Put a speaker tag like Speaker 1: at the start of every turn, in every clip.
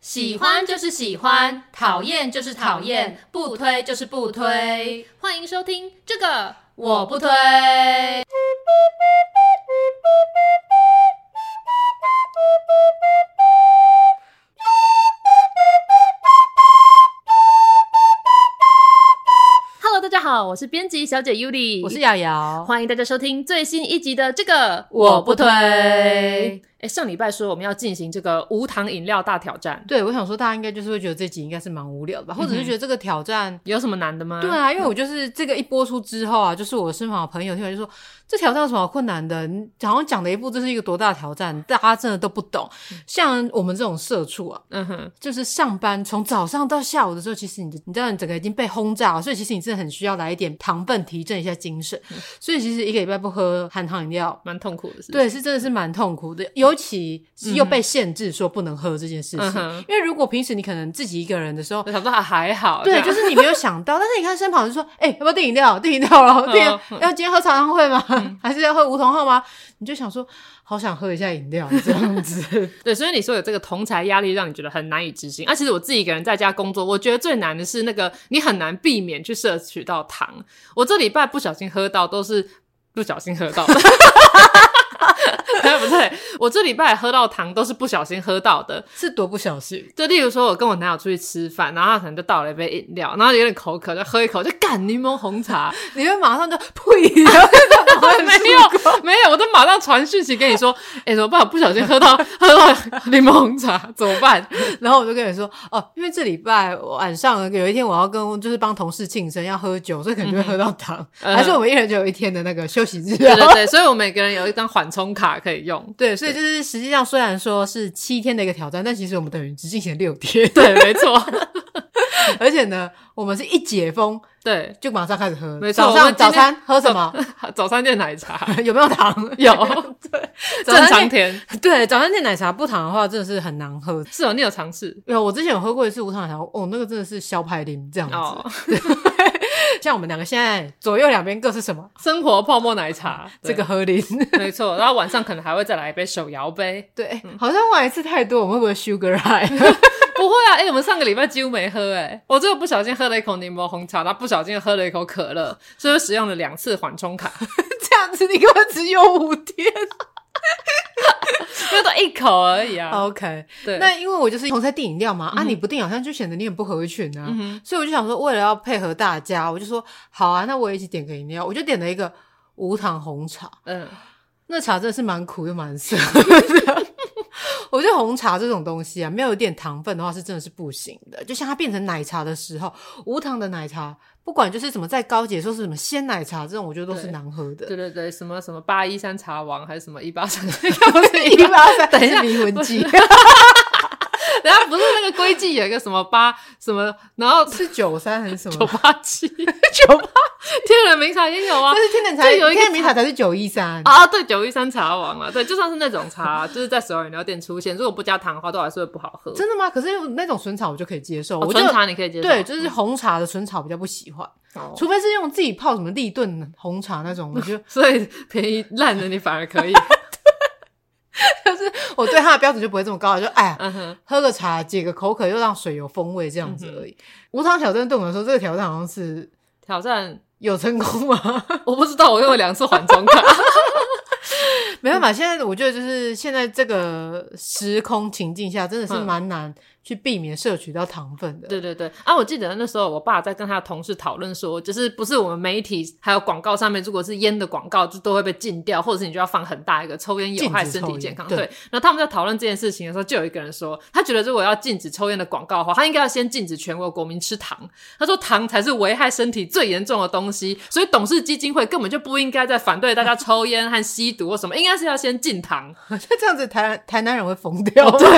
Speaker 1: 喜欢就是喜欢，讨厌就是讨厌，不推就是不推。
Speaker 2: 欢迎收听这个，
Speaker 1: 我不推。
Speaker 2: Hello，大家好，我是编辑小姐 Yuli，
Speaker 1: 我是瑶瑶，
Speaker 2: 欢迎大家收听最新一集的这个，
Speaker 1: 我不推
Speaker 2: 哎，上礼拜说我们要进行这个无糖饮料大挑战，
Speaker 3: 对，我想说大家应该就是会觉得这集应该是蛮无聊的
Speaker 1: 嗯
Speaker 3: 吧，或者是觉得这个挑战，
Speaker 2: 有什么难的吗？
Speaker 3: 对啊，因为我就是这个一播出之后啊，就是我身旁的朋友听完就说这挑战有什么好困难的？你好像讲的一步这是一个多大的挑战，大家真的都不懂。像我们这种社畜啊，
Speaker 2: 嗯哼，
Speaker 3: 就是上班从早上到下午的时候，其实你的你知道你整个已经被轰炸了，所以其实你真的很需要来一点糖分提振一下精神。
Speaker 2: 嗯
Speaker 3: 所以其实一个礼拜不喝含糖饮料。
Speaker 2: 蛮痛苦的，是不是，
Speaker 3: 对，是真的是蛮痛苦的，尤其是又被限制说不能喝这件事情。
Speaker 2: 嗯哼哦
Speaker 3: 因为如果平时你可能自己一个人的时候，
Speaker 2: 我想说还还好，这
Speaker 3: 对，
Speaker 2: 样
Speaker 3: 就是你没有想到，但 是你看身旁就说，哎、要不要订饮料？订饮料了，订、
Speaker 2: 嗯
Speaker 3: 要今天喝茶汤会吗？ 还是要喝梧桐号吗？你就想说，好想喝一下饮料这样子。
Speaker 2: 对，所以你说有这个同才压力，让你觉得很难以置信。啊，其实我自己一个人在家工作，我觉得最难的是那个你很难避免去摄取到糖。我这礼拜不小心喝到，都是不小心喝到的。 哎，不对，我这礼拜喝到糖都是不小心喝到的。
Speaker 3: 是多不小心。
Speaker 2: 就例如说，我跟我男友出去吃饭，然后他可能就倒了一杯饮料，然后有点口渴，就喝一口，就干柠檬红茶。
Speaker 3: 你会马上就 呸，然后就马上
Speaker 2: 没有，没有，我都马上传讯息跟你说，哎、怎么办？我不小心喝到喝到柠檬红茶，怎么办？
Speaker 3: 然后我就跟你说，哦，因为这礼拜晚上有一天我要跟就是帮同事庆生，要喝酒，所以可能就会喝到糖，
Speaker 2: 嗯
Speaker 3: 还是我们一人只有一天的那个休息日
Speaker 2: 对
Speaker 3: 啊。
Speaker 2: 对对，所以我每个人有一张缓冲卡可以用。
Speaker 3: 对，所以就是实际上虽然说是七天的一个挑战，但其实我们等于只进行了六天，
Speaker 2: 对， 没错，
Speaker 3: 而且呢，我们是一解封
Speaker 2: 对，
Speaker 3: 就马上开始喝，
Speaker 2: 没错
Speaker 3: 早
Speaker 2: 我们
Speaker 3: 上
Speaker 2: 今天
Speaker 3: 早餐喝什 么？
Speaker 2: 早餐店奶 茶
Speaker 3: 有没有糖？
Speaker 2: 有
Speaker 3: 对
Speaker 2: 正常甜，
Speaker 3: 对，早餐店奶茶不糖的话，真的是很难喝。
Speaker 2: 是哦，你有尝试
Speaker 3: 有，我之前有喝过一次无糖奶茶，哦，那个真的是小派林这样子。
Speaker 2: 哦？
Speaker 3: 像我们两个现在左右两边各是什么？
Speaker 2: 生活泡沫奶 茶，
Speaker 3: 这个
Speaker 2: 对
Speaker 3: 喝林。
Speaker 2: 没错，然后晚上可能还会再来一杯手摇杯。
Speaker 3: 对， 好像玩一次太多，我们会不会 sugar high？
Speaker 2: 不会啊，哎、我们上个礼拜几乎没喝、哎，我最后不小心喝了一口柠檬红茶，然后不小心喝了一口可乐，所以我使用了两次缓冲卡，
Speaker 3: 这样子你根本只有五天。
Speaker 2: 因为都一口而已啊。 嗯
Speaker 3: OK，
Speaker 2: 对，
Speaker 3: 哦那因为我就是同在订饮料嘛，啊，你不订好像就显得你很不合群啊，
Speaker 2: 嗯
Speaker 3: 所以我就想说，为了要配合大家，我就说好啊，那我也一起点个饮料，我就点了一个无糖红茶，
Speaker 2: 嗯，
Speaker 3: 那茶真的是蛮苦又蛮涩的。 我觉得红茶这种东西啊，没有一点糖分的话是真的是不行的。就像它变成奶茶的时候，无糖的奶茶，不管就是什么再高级，说是什么鲜奶茶这种，我觉得都是
Speaker 2: 对
Speaker 3: 难喝的
Speaker 2: 对。对对，什么什么八一三茶王还是什么一八三，
Speaker 3: 不是一八三，
Speaker 2: 等一
Speaker 3: 是
Speaker 2: 下
Speaker 3: 迷魂剂
Speaker 2: 然后不是那个规矩有一个什么八什么，然后
Speaker 3: 是九三还是什么
Speaker 2: 九？八七，
Speaker 3: 九八
Speaker 2: 天人名茶也有啊
Speaker 3: 但。是天然茶，
Speaker 2: 这有一个
Speaker 3: 天然名茶才是九一三。
Speaker 2: 啊，对，九一三茶王啊，对，就算是那种茶，就是在手摇饮料店出现，如果不加糖的话，都还是会不好喝。
Speaker 3: 真的吗？可是那种纯茶我就可以接受，
Speaker 2: 哦
Speaker 3: 我就
Speaker 2: 纯茶你可以接受，嗯
Speaker 3: 对，就是红茶的纯茶比较不喜欢，
Speaker 2: 哦
Speaker 3: 除非是用自己泡什么立顿红茶那种，我就
Speaker 2: 所以便宜烂的你反而可以。
Speaker 3: 我对它的标准就不会这么高，就哎呀，
Speaker 2: 嗯哼，
Speaker 3: 喝个茶解个口渴，又让水有风味这样子而已。无糖挑战对我们来说，这个挑战好像是
Speaker 2: 挑战
Speaker 3: 有成功吗？
Speaker 2: 我不知道，我用了两次缓冲卡。
Speaker 3: 没办法，现在我觉得就是现在这个时空情境下，真的是
Speaker 2: 嗯
Speaker 3: 蛮难去避免摄取到糖分的。
Speaker 2: 对对对，啊，我记得那时候我爸在跟他的同事讨论说，就是不是我们媒体还有广告上面，如果是烟的广告，就都会被禁掉，或者是你就要放很大一个抽烟有害
Speaker 3: 禁止
Speaker 2: 身
Speaker 3: 抽
Speaker 2: 体
Speaker 3: 烟
Speaker 2: 健康。
Speaker 3: 对
Speaker 2: 然后他们在讨论这件事情的时候，就有一个人说，他觉得如果要禁止抽烟的广告的话，他应该要先禁止全国国民吃糖。他说糖才是危害身体最严重的东西，所以董事基金会根本就不应该在反对大家抽烟和吸毒或什么，应该是要先禁糖。
Speaker 3: 那这样子台 南台南人会疯掉。哦对。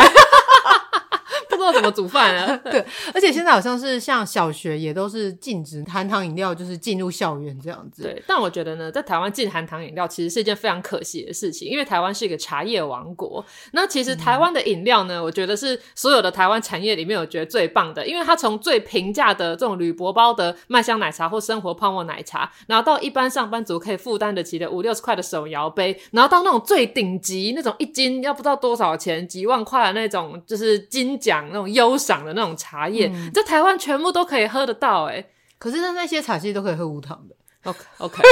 Speaker 2: 不知道怎么煮饭啊？
Speaker 3: 对， 而且现在好像是像小学也都是禁止含糖饮料，就是进入校园这样子。，
Speaker 2: 对，但我觉得呢，在台湾禁含糖饮料其实是一件非常可惜的事情，因为台湾是一个茶叶王国。那其实台湾的饮料呢，我觉得是所有的台湾产业里面我觉得最棒的，因为它从最平价的这种铝箔包的麦香奶茶或生活泡沫奶茶，然后到一般上班族可以负担得起的五六十块的手摇杯，然后到那种最顶级那种一斤要不知道多少钱几万块的那种，就是金奖那种种忧赏的那种茶叶，在台湾全部都可以喝得到、欸，哎，
Speaker 3: 可是那那些茶其实都可以喝无糖的
Speaker 2: OK OK，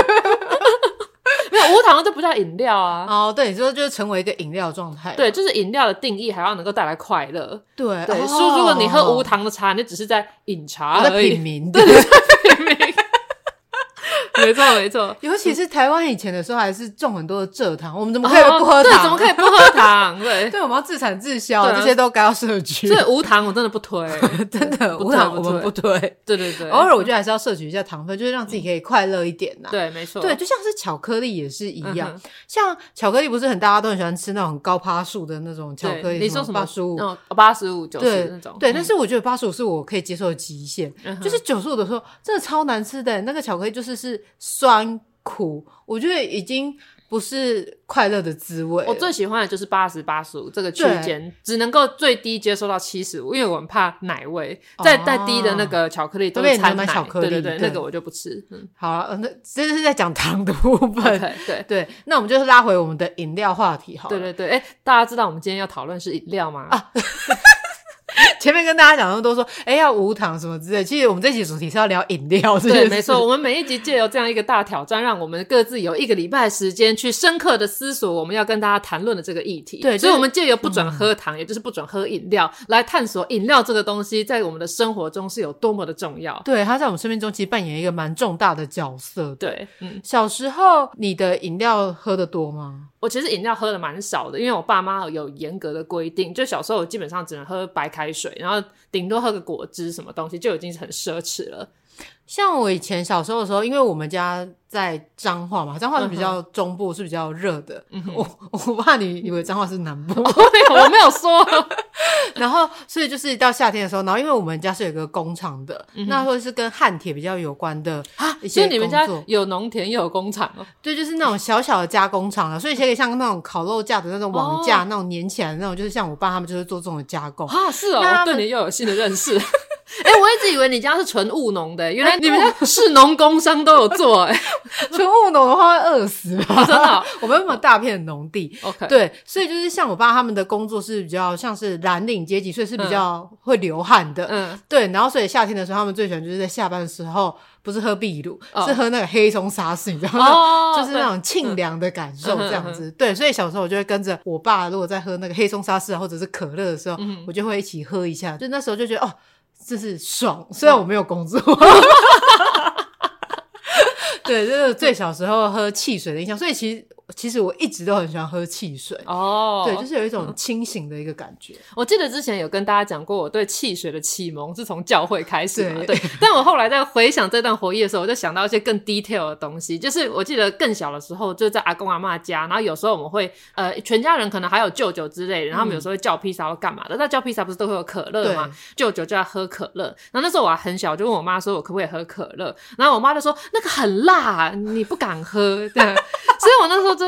Speaker 2: 没有无糖就不叫饮料啊。
Speaker 3: 哦。对，你说就是成为一个饮料状态，
Speaker 2: 对，就是饮料的定义还要能够带来快乐。
Speaker 3: 对
Speaker 2: 对，
Speaker 3: 哦
Speaker 2: 说、如果你喝无糖的茶，你只是在饮
Speaker 3: 我
Speaker 2: 茶
Speaker 3: 在
Speaker 2: 而
Speaker 3: 品
Speaker 2: 已。
Speaker 3: 茗，对，对对
Speaker 2: 没错没错，
Speaker 3: 尤其是台湾以前的时候还是种很多的蔗糖，我们怎么可以不喝
Speaker 2: 哦对，
Speaker 3: 糖？
Speaker 2: 怎么可以？不喝糖？ 对，
Speaker 3: 对，我们要自产自销，
Speaker 2: 对啊
Speaker 3: 这些都该要社区
Speaker 2: 所。以无糖我真的不推。
Speaker 3: 真的，
Speaker 2: 不
Speaker 3: 无糖
Speaker 2: 推
Speaker 3: 我
Speaker 2: 不
Speaker 3: 们不推。
Speaker 2: 对对对，
Speaker 3: 偶尔我觉得还是要摄取一下糖分，就是让自己可以快乐一点呐、
Speaker 2: 对，没错，
Speaker 3: 对，就像是巧克力也是一
Speaker 2: 嗯哼
Speaker 3: 样，像巧克力不是很大家都很喜欢吃那种很高趴数的那种巧克
Speaker 2: 对
Speaker 3: 力，
Speaker 2: 你说什么
Speaker 3: 八十五？
Speaker 2: 哦，八十五、九十
Speaker 3: 对
Speaker 2: 那种，
Speaker 3: 对，
Speaker 2: 嗯
Speaker 3: 但是我觉得八十五是我可以接受的极限，就是九十五的时候真的超难吃的，那个巧克力就是是酸苦，我觉得已经不是快乐的滋味了。
Speaker 2: 我最喜欢的就是八十八十五这个区
Speaker 3: 对
Speaker 2: 间，只能够最低接受到七十五，因为我很怕奶味，再再低的那个巧克力都
Speaker 3: 对哦
Speaker 2: 是
Speaker 3: 你
Speaker 2: 掺
Speaker 3: 买
Speaker 2: 奶，
Speaker 3: 巧克
Speaker 2: 对
Speaker 3: 力
Speaker 2: 对对，
Speaker 3: 对
Speaker 2: 那个我就不吃。嗯，
Speaker 3: 好了，呃那这是在讲糖的部 分。
Speaker 2: 对 对
Speaker 3: 对，那我们就是拉回我们的饮料话题好了。
Speaker 2: 对对对，哎，大家知道我们今天要讨论是饮料吗？啊，
Speaker 3: 前面跟大家讲的都说，哎、要无糖什么之类。其实我们这期主题是要聊饮料这件
Speaker 2: 对，
Speaker 3: 事，
Speaker 2: 没错，我们每一集借由这样一个大挑战，让我们各自有一个礼拜的时间去深刻的思索我们要跟大家谈论的这个议题。
Speaker 3: 对就是
Speaker 2: 所以我们借由不准喝糖，也就是不准喝饮料，来探索饮料这个东西在我们的生活中是有多么的重要。
Speaker 3: 对，他在我们生命中其实扮演一个蛮重大的角色。，
Speaker 2: 对，嗯，
Speaker 3: 小时候你的饮料喝的多吗？
Speaker 2: 我其实饮料喝的蛮少的，因为我爸妈有严格的规定，就小时候我基本上只能喝白开水，然后顶多喝个果汁什么东西，就已经是很奢侈了。
Speaker 3: 像我以前小时候的时候，因为我们家在彰化嘛，彰化是比
Speaker 2: 嗯
Speaker 3: 较中部，是比较热的。我我怕你以为彰化是南 部，
Speaker 2: 没有，我没有说，
Speaker 3: 然后所以就是到夏天的时候，然后因为我们家是有一个工厂的，那或者是跟焊铁比较有关的一
Speaker 2: 嗯啊所
Speaker 3: 些
Speaker 2: 以你们家
Speaker 3: 工作
Speaker 2: 有农田又有工厂哦。
Speaker 3: 对，就是那种小小的加工厂啊了，所以可以像那种烤肉架的那种网架，那种粘起来的那种，就是像我爸他们就是做这种加工。
Speaker 2: 哦啊，是哦，
Speaker 3: 那他
Speaker 2: 我
Speaker 3: 们
Speaker 2: 对你又有新的认 识。哎、我一直以为你家是纯务农的，欸原来
Speaker 3: 哎哦
Speaker 2: 你们家是农工商都有 做哎、
Speaker 3: 纯务农的话会饿死吧？
Speaker 2: 真的哦
Speaker 3: 我们有没有大片的农地？
Speaker 2: OK，
Speaker 3: 对，所以就是像我爸他们的工作是比较像是蓝领阶级，所以是比较会流汗的。
Speaker 2: 嗯，
Speaker 3: 对，然后所以夏天的时候，他们最喜欢就是在下班的时候，不是喝秘鲁，
Speaker 2: 哦
Speaker 3: 是喝那个黑松沙士，你知道吗？
Speaker 2: 哦，
Speaker 3: 就是那种沁凉的感受，
Speaker 2: 嗯
Speaker 3: 这样子。对，所以小时候我就会跟着我爸，如果在喝那个黑松沙士啊或者是可乐的时候，
Speaker 2: 嗯
Speaker 3: 我就会一起喝一下。就那时候就觉得哦，真是爽。虽
Speaker 2: 嗯
Speaker 3: 然我没有工作。 对，这是最小时候喝汽水的印象，所以其实其实我一直都很喜欢喝汽水，
Speaker 2: 对哦，
Speaker 3: 对，就是有一种清醒的一个感觉。
Speaker 2: 我记得之前有跟大家讲过，我对汽水的启蒙是从教会开始嘛。
Speaker 3: 对
Speaker 2: 对， 但我后来在回想这段回忆的时候，我就想到一些更 detail 的东西。就是我记得更小的时候，就在阿公阿嬷家，然后有时候我们会呃，全家人可能还有舅舅之类的，然后他们有时候会叫披萨或干嘛的。那叫披萨不是都会有可乐吗
Speaker 3: 对？
Speaker 2: 舅舅就要喝可乐。然后那时候我还很小，就问我妈说，我可不可以喝可乐？然后我妈就说那个很辣，你不敢喝。这样， 所以我那时候就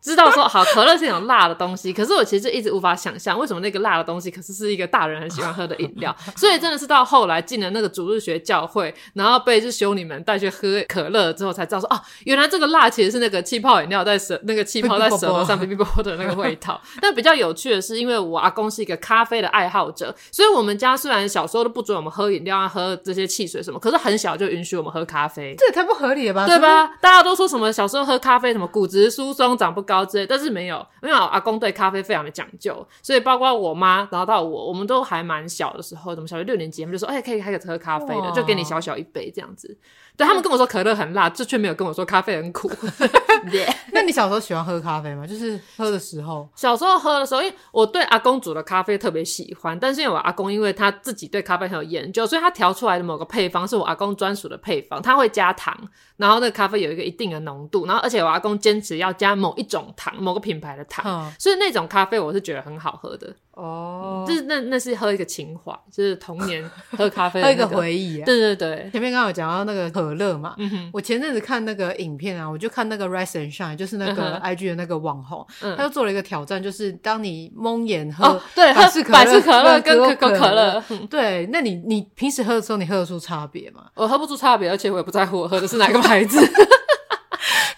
Speaker 2: 知道说，好，可乐是一种辣的东西，可是我其实就一直无法想象为什么那个辣的东西，可是是一个大人很喜欢喝的饮料。所以真的是到后来进了那个主日学教会，然后被这修女们带去喝可乐之后，才知道说，哦，原来这个辣其实是那个气泡饮料在舌那个气泡在舌头上哔哔啵啵的那个味道。但比较有趣的是，因为我阿公是一个咖啡的爱好者，所以我们家虽然小时候都不准我们喝饮料啊、喝这些汽水什么，可是很小就允许我们喝咖啡。
Speaker 3: 这也太不合理了吧？
Speaker 2: 对？吧？大家都说什么小时候喝咖啡什么骨质疏松、长不高之类，但是没有，因为我阿公对咖啡非常的讲究，所以包括我妈，然后到我，我们都还蛮小的时候，怎么小学六年级，他们就说，哎、可以开始喝咖啡
Speaker 3: 哇
Speaker 2: 的，就给你小小一杯这样子。对他们跟我说可乐很辣，这却没有跟我说咖啡 很苦。Yeah
Speaker 3: 那你小时候喜欢喝咖啡吗？就是喝的时候，
Speaker 2: 小时候喝的时候，因为我对阿公煮的咖啡特别喜欢，但是因为我阿公因为他自己对咖啡很有研究，所以他调出来的某个配方是我阿公专属的配方，他会加糖，然后那个咖啡有一个一定的浓度，然后而且我阿公坚持要加某一种 糖，某个品牌的糖，
Speaker 3: 嗯，
Speaker 2: 所以那种咖啡我是觉得很好喝的，
Speaker 3: 哦
Speaker 2: 就是那那是喝一个情怀，就是童年喝咖啡的、
Speaker 3: 喝一
Speaker 2: 那
Speaker 3: 个回忆啊。
Speaker 2: 对嗯对对，
Speaker 3: 前面刚刚有讲到那个可乐嘛，我前阵子看那个影片啊，我就看那个 Rise and Shine，就是那个
Speaker 2: 嗯哼
Speaker 3: IG 的那个网红，
Speaker 2: 嗯
Speaker 3: 他就做了一个挑战，就是当你蒙眼喝、
Speaker 2: 哦对，喝
Speaker 3: 百事可乐
Speaker 2: 百事可乐跟可
Speaker 3: 跟
Speaker 2: 口
Speaker 3: 可口
Speaker 2: 可
Speaker 3: 可
Speaker 2: 乐
Speaker 3: 乐，
Speaker 2: 嗯
Speaker 3: 对，那你你平时喝的时候，你喝得出差别吗？
Speaker 2: 我喝不出差别，而且我也不在乎我喝的是哪个牌子。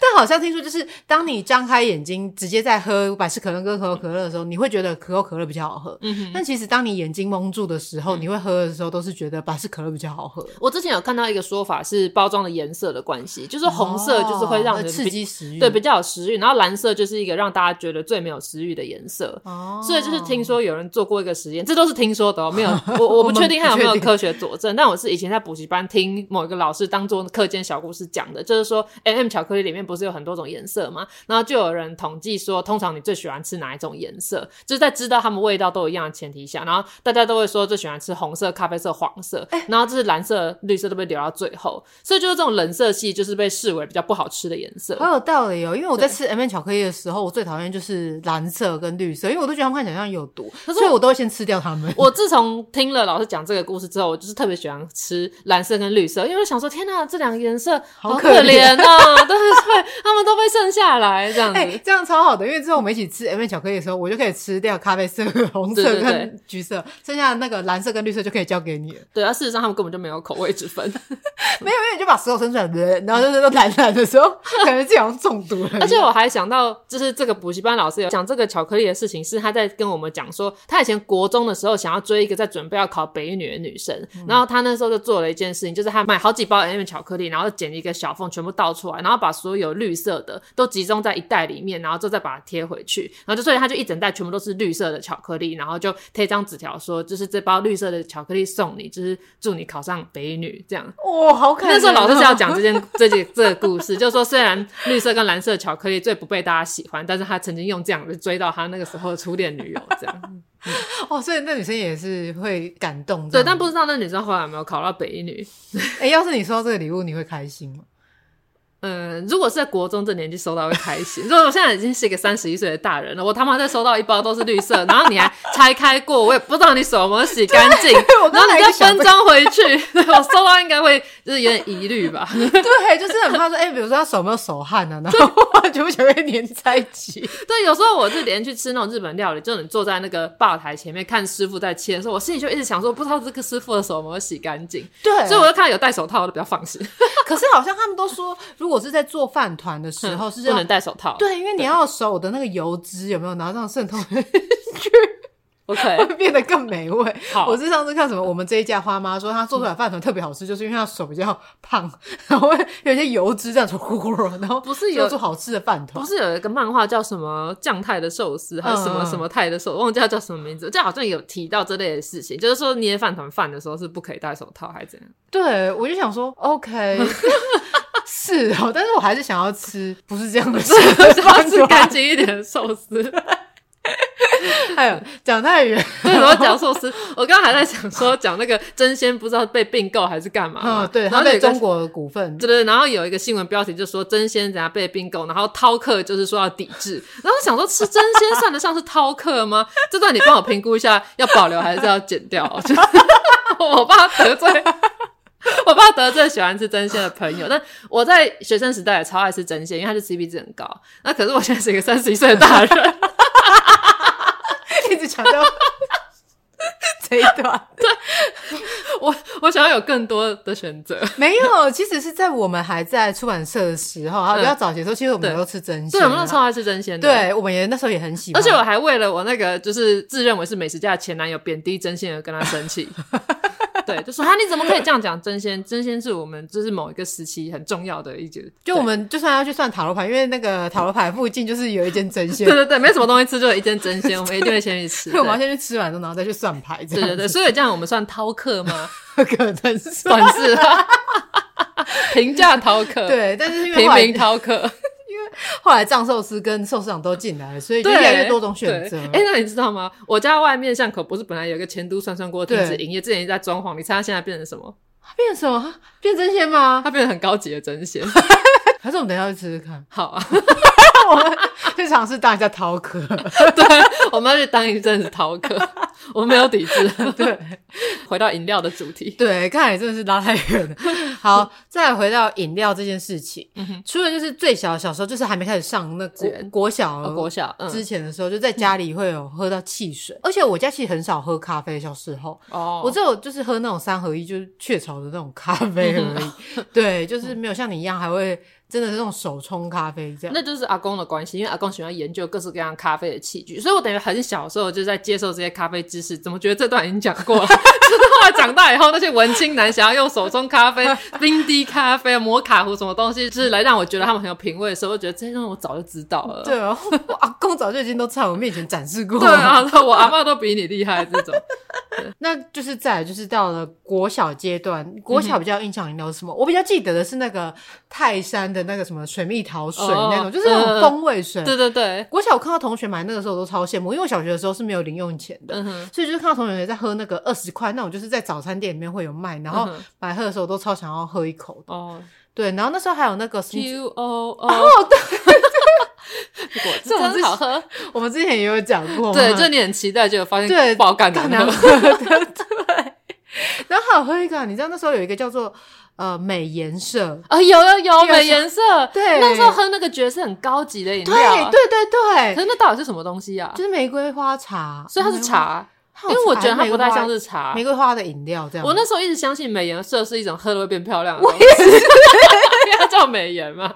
Speaker 3: 但好像听说，就是当你张开眼睛直接在喝百事可乐跟可口可乐的时候，你会觉得可口可乐比较好喝。
Speaker 2: 嗯哼。嗯
Speaker 3: 但其实当你眼睛蒙住的时候，你会喝的时候都是觉得百事可乐比较好喝。哦
Speaker 2: 我之前有看到一个说法是包装的颜色的关系，就是红色就是会让
Speaker 3: 哦
Speaker 2: 人比
Speaker 3: 刺激食欲，
Speaker 2: 对，比较有食欲。然后蓝色就是一个让大家觉得最没有食欲的颜色。
Speaker 3: 哦，
Speaker 2: 所以就是听说有人做过一个实验，这都是听说的哦，没有我我不确定还有没
Speaker 3: 我
Speaker 2: 有
Speaker 3: 们不确定
Speaker 2: 科学佐证。但我是以前在补习班听某一个老师当做课间小故事讲的，就是说 M、m 巧克力里面不是有很多种颜色吗？然后就有人统计说，通常你最喜欢吃哪一种颜色？就是在知道它们味道都一样的前提下，然后大家都会说最喜欢吃红色、咖啡色、黄色，然后就是蓝色、绿色都被留到最后。所以就是这种冷色系就是被视为比较不好吃的颜色。
Speaker 3: 好有道理哦，因为我在
Speaker 2: 对
Speaker 3: 吃 M、巧克力的时候，我最讨厌就是蓝色跟绿色，因为我都觉得它们看起来像有毒，
Speaker 2: 可是
Speaker 3: 所以我都会先吃掉它们。
Speaker 2: 我自从听了老师讲这个故事之后，我就是特别喜欢吃蓝色跟绿色，因为我想说，天哪，这两个颜色
Speaker 3: 好
Speaker 2: 可
Speaker 3: 可
Speaker 2: 怜啊！ 对对，他们都被剩下来这样 子。
Speaker 3: 哎、这样超好的，因为之后我们一起吃 M、巧克力的时候，我就可以吃掉咖啡色、红色
Speaker 2: 对对
Speaker 3: 跟橘色，剩下的那个蓝色跟绿色就可以交给你了。
Speaker 2: 对啊，事实上他们根本就没有口味之分，
Speaker 3: 没有，因为你就把所有生出来，然后就是都蓝蓝的 时候，感觉自己好像中毒了一样。
Speaker 2: 而且我还想到，就是这个补习班老师有讲这个巧克力的事情，是他在跟我们讲说，他以前国中的时候想要追一个在准备要考北女的女生，然后他那时候就做了一件事情，就是他买好几包 M 巧克力，然后剪一个小缝，全部倒出来，然后把所有绿色的都集中在一袋里面，然后之后再把它贴回去，然后就所以他就一整袋全部都是绿色的巧克力，然后就贴一张纸条说，就是这包绿色的巧克力送你，就是祝你考上北女这样。
Speaker 3: 哇、好可怜、啊
Speaker 2: 那时候老师是要讲这件 这件这个故事，就是说虽然绿色跟蓝色巧克力最不被大家喜欢，但是他曾经用这样子追到他那个时候的初恋女友，这样
Speaker 3: 哦，所以那女生也是会感动这
Speaker 2: 对，
Speaker 3: 样。
Speaker 2: 但不知道那女生后来有没有考到北一女。
Speaker 3: 哎、要是你收到这个礼物，你会开心 吗？
Speaker 2: 嗯，如果是在国中这年纪收到会开心， 如果我现在已经是一个三十一岁的大人了，我他妈再收到一包都是 绿色，然后你还拆开过，我也不知道你手有没有洗干净，
Speaker 3: 啊我
Speaker 2: 然
Speaker 3: 刚
Speaker 2: 后
Speaker 3: 才
Speaker 2: 你
Speaker 3: 也
Speaker 2: 再
Speaker 3: 想
Speaker 2: 分
Speaker 3: 不
Speaker 2: 装回去， 对我收到应该会就是有点疑虑吧。
Speaker 3: 对，就是很怕说，哎、比如说他手有没有手汗啊，然后 全部全被粘在一起。
Speaker 2: 对，有时候我是连去吃那种日本料理，就你坐在那个吧台前面看师傅在切的时候，我心里就一直想说，不知道这个师傅的手有没有洗干净，
Speaker 3: 对
Speaker 2: 所以我就看到有戴手套，我就比较放心，
Speaker 3: 可是好像他们都说，如果是在做饭团的时候是
Speaker 2: 不
Speaker 3: 要
Speaker 2: 能戴手套。
Speaker 3: 对，因为你要手的那个油脂有没有，然后让渗透
Speaker 2: ，OK，
Speaker 3: 变得更美味。
Speaker 2: 好
Speaker 3: 我是上次看什么，我们这一家花妈说她做出来的饭团特别好吃，就是因为她手比较胖，然后会有一些油脂这样子呼呼呼，然后
Speaker 2: 不是有
Speaker 3: 做出好吃的饭团
Speaker 2: 不。是有一个漫画叫什么酱太的寿司，还是什么
Speaker 3: 嗯嗯
Speaker 2: 什么太的寿，忘记它叫什么名字，这好像有提到这类的事情，就是说捏饭团饭的时候是不可以戴手套，还是怎样？
Speaker 3: 对，我就想说，OK，是哦，但是我还是想要吃，不是这 样的吃
Speaker 2: 就是要
Speaker 3: 饭
Speaker 2: 吃干
Speaker 3: 团。
Speaker 2: 净一点的 寿司。
Speaker 3: 哎呦，讲太远。
Speaker 2: 对，然后讲寿司，我刚刚还在想说讲那个真仙不知道被并购还是干嘛嘛、
Speaker 3: 嗯，对，
Speaker 2: 然后
Speaker 3: 他
Speaker 2: 有
Speaker 3: 被
Speaker 2: 一个
Speaker 3: 中国的股份
Speaker 2: 对对，然后有一个新闻标题就说真仙怎样被并购，然后饕客就是说要抵制，然后想说吃真仙算得上是饕客吗？这段你帮我评估一下，要保留还是要剪掉？就是 我怕得罪。我怕得罪喜欢吃真鲜的朋友，但我在学生时代也超爱吃真鲜，因为它的 CP 值很高。那可是我现在是一个三十一岁的大人，
Speaker 3: 一直强 调这一段。
Speaker 2: 我我想要有更多的选择。
Speaker 3: 没有，其实是在我们还在出版社的时候，还有比较早期的时候，其嗯实我们
Speaker 2: 对
Speaker 3: 都吃真鲜
Speaker 2: 对，
Speaker 3: 啊。
Speaker 2: 我们那时候超爱吃真鲜的。
Speaker 3: 对，我们也那时候也很喜欢。
Speaker 2: 而且我还为了我那个就是自认为是美食家的前男友贬低真仙而跟他生气。 对，就说他你怎么可以这样讲真仙？真仙是我们就是某一个时期很重要的一节，
Speaker 3: 就我们就算要去算塔罗牌，因为那个塔罗牌附近就是有一间真鲜
Speaker 2: 对对， 对对，没什么东西吃就有一间真 仙，我们一定会先去吃。
Speaker 3: 所以我们要
Speaker 2: 对
Speaker 3: 先去吃完之后，然后再去算牌。这
Speaker 2: 对
Speaker 3: 样
Speaker 2: 对对，所以这样我们算饕客吗？
Speaker 3: 对，可能是
Speaker 2: 算是， 评价饕客，，
Speaker 3: 对。但是因为
Speaker 2: 平
Speaker 3: 后来
Speaker 2: 民饕客，
Speaker 3: 后来藏寿司跟寿司长都进来了，所以就
Speaker 2: 对，
Speaker 3: 越来越多种选择。
Speaker 2: 哎、诶那你知道吗？我家外面巷口不是本来有一个前都涮涮锅停止
Speaker 3: 对
Speaker 2: 营业，之前一直在装潢，你猜它现在变成什么？
Speaker 3: 它变什么？啊变真鲜吗？哎
Speaker 2: 它变成很高级的真仙。？
Speaker 3: 还是我们等一下去吃吃看
Speaker 2: 好啊。
Speaker 3: 我们 去尝试当一下饕 客。
Speaker 2: 对， 我们要去当一阵子逃课，我没有抵制。
Speaker 3: 对，
Speaker 2: 回到饮料的主题，
Speaker 3: 对，看来真的是拉太远 了。好，再回到饮料这件事情，
Speaker 2: 嗯哼
Speaker 3: 除了就是最小小时候，就是还没开始上那
Speaker 2: 资
Speaker 3: 国
Speaker 2: 源
Speaker 3: 国小、
Speaker 2: 哦国小，
Speaker 3: 之
Speaker 2: 嗯，
Speaker 3: 前的时候，就在家里会有喝到汽水，而且我家其实很少喝咖啡，小时候。
Speaker 2: 哦
Speaker 3: 我只有就是
Speaker 2: 嗯
Speaker 3: 喝那种三合一，就是雀巢的那种咖啡而已。对，就是没有像你一样还会真的是那种手冲咖啡这样。
Speaker 2: 那就是阿公的关系，因为阿公喜欢研究各式各样咖啡的器具，所以我等于很小的时候就在接受这些咖啡知识。怎么觉得这段已经讲过了？ 就是后来长大以后，那些文青男想要用手冲咖啡、冰滴咖啡、摩卡壶什么东西，就是来让我觉得他们很有品味的时候，我觉得这些东西我早就知道了。
Speaker 3: 对 啊，我阿公早就已经都在我面前展示过了。
Speaker 2: 对啊，我阿嬷都比你厉害这种。
Speaker 3: 那就是再来就是到了国小阶段，
Speaker 2: 嗯
Speaker 3: 国小比较印象里面有什么？我比较记得的是那个泰山的那个什么水蜜桃水
Speaker 2: 哦
Speaker 3: 那种，就是那种
Speaker 2: 嗯
Speaker 3: 风味水。
Speaker 2: 对对对，
Speaker 3: 国小我看到同学买那个时候我都超羡慕，因为我小学的时候是没有零用钱的，
Speaker 2: 嗯哼，
Speaker 3: 所以就是看到同学在喝那个二十块那种，就是在早餐店里面会有卖，然后
Speaker 2: 嗯哼
Speaker 3: 买喝的时候都超想要喝一口的。
Speaker 2: 哦
Speaker 3: 对，然后那时候还有那个 Sneak-
Speaker 2: ，Q O O，哦 对，果汁
Speaker 3: 这种是
Speaker 2: 真好喝。
Speaker 3: 我们之前也有讲过嘛，
Speaker 2: 对，就你很期待，结果发现
Speaker 3: 对
Speaker 2: 不好干
Speaker 3: 干
Speaker 2: 难
Speaker 3: 难
Speaker 2: 喝。
Speaker 3: 喝的，对。 然后还有喝一个，你知道那时候有一个叫做呃美颜社，
Speaker 2: 啊，有有有，
Speaker 3: 有
Speaker 2: 美颜色，
Speaker 3: 对
Speaker 2: 那时候喝那个觉得是很高级的饮
Speaker 3: 对
Speaker 2: 料，啊
Speaker 3: 对对
Speaker 2: 可
Speaker 3: 对，
Speaker 2: 是那到底是什么东西啊
Speaker 3: 就？是玫瑰花茶，
Speaker 2: 所以它是茶，
Speaker 3: 玫瑰花，它
Speaker 2: 因
Speaker 3: 有
Speaker 2: 为我觉得
Speaker 3: 茶
Speaker 2: 它
Speaker 3: 玫
Speaker 2: 不
Speaker 3: 瑰
Speaker 2: 太
Speaker 3: 花
Speaker 2: 像是茶
Speaker 3: 玫。瑰花的饮料这样。
Speaker 2: 我那时候一直相信美颜色是一种喝了会变漂亮的东西， 因为它叫美颜嘛。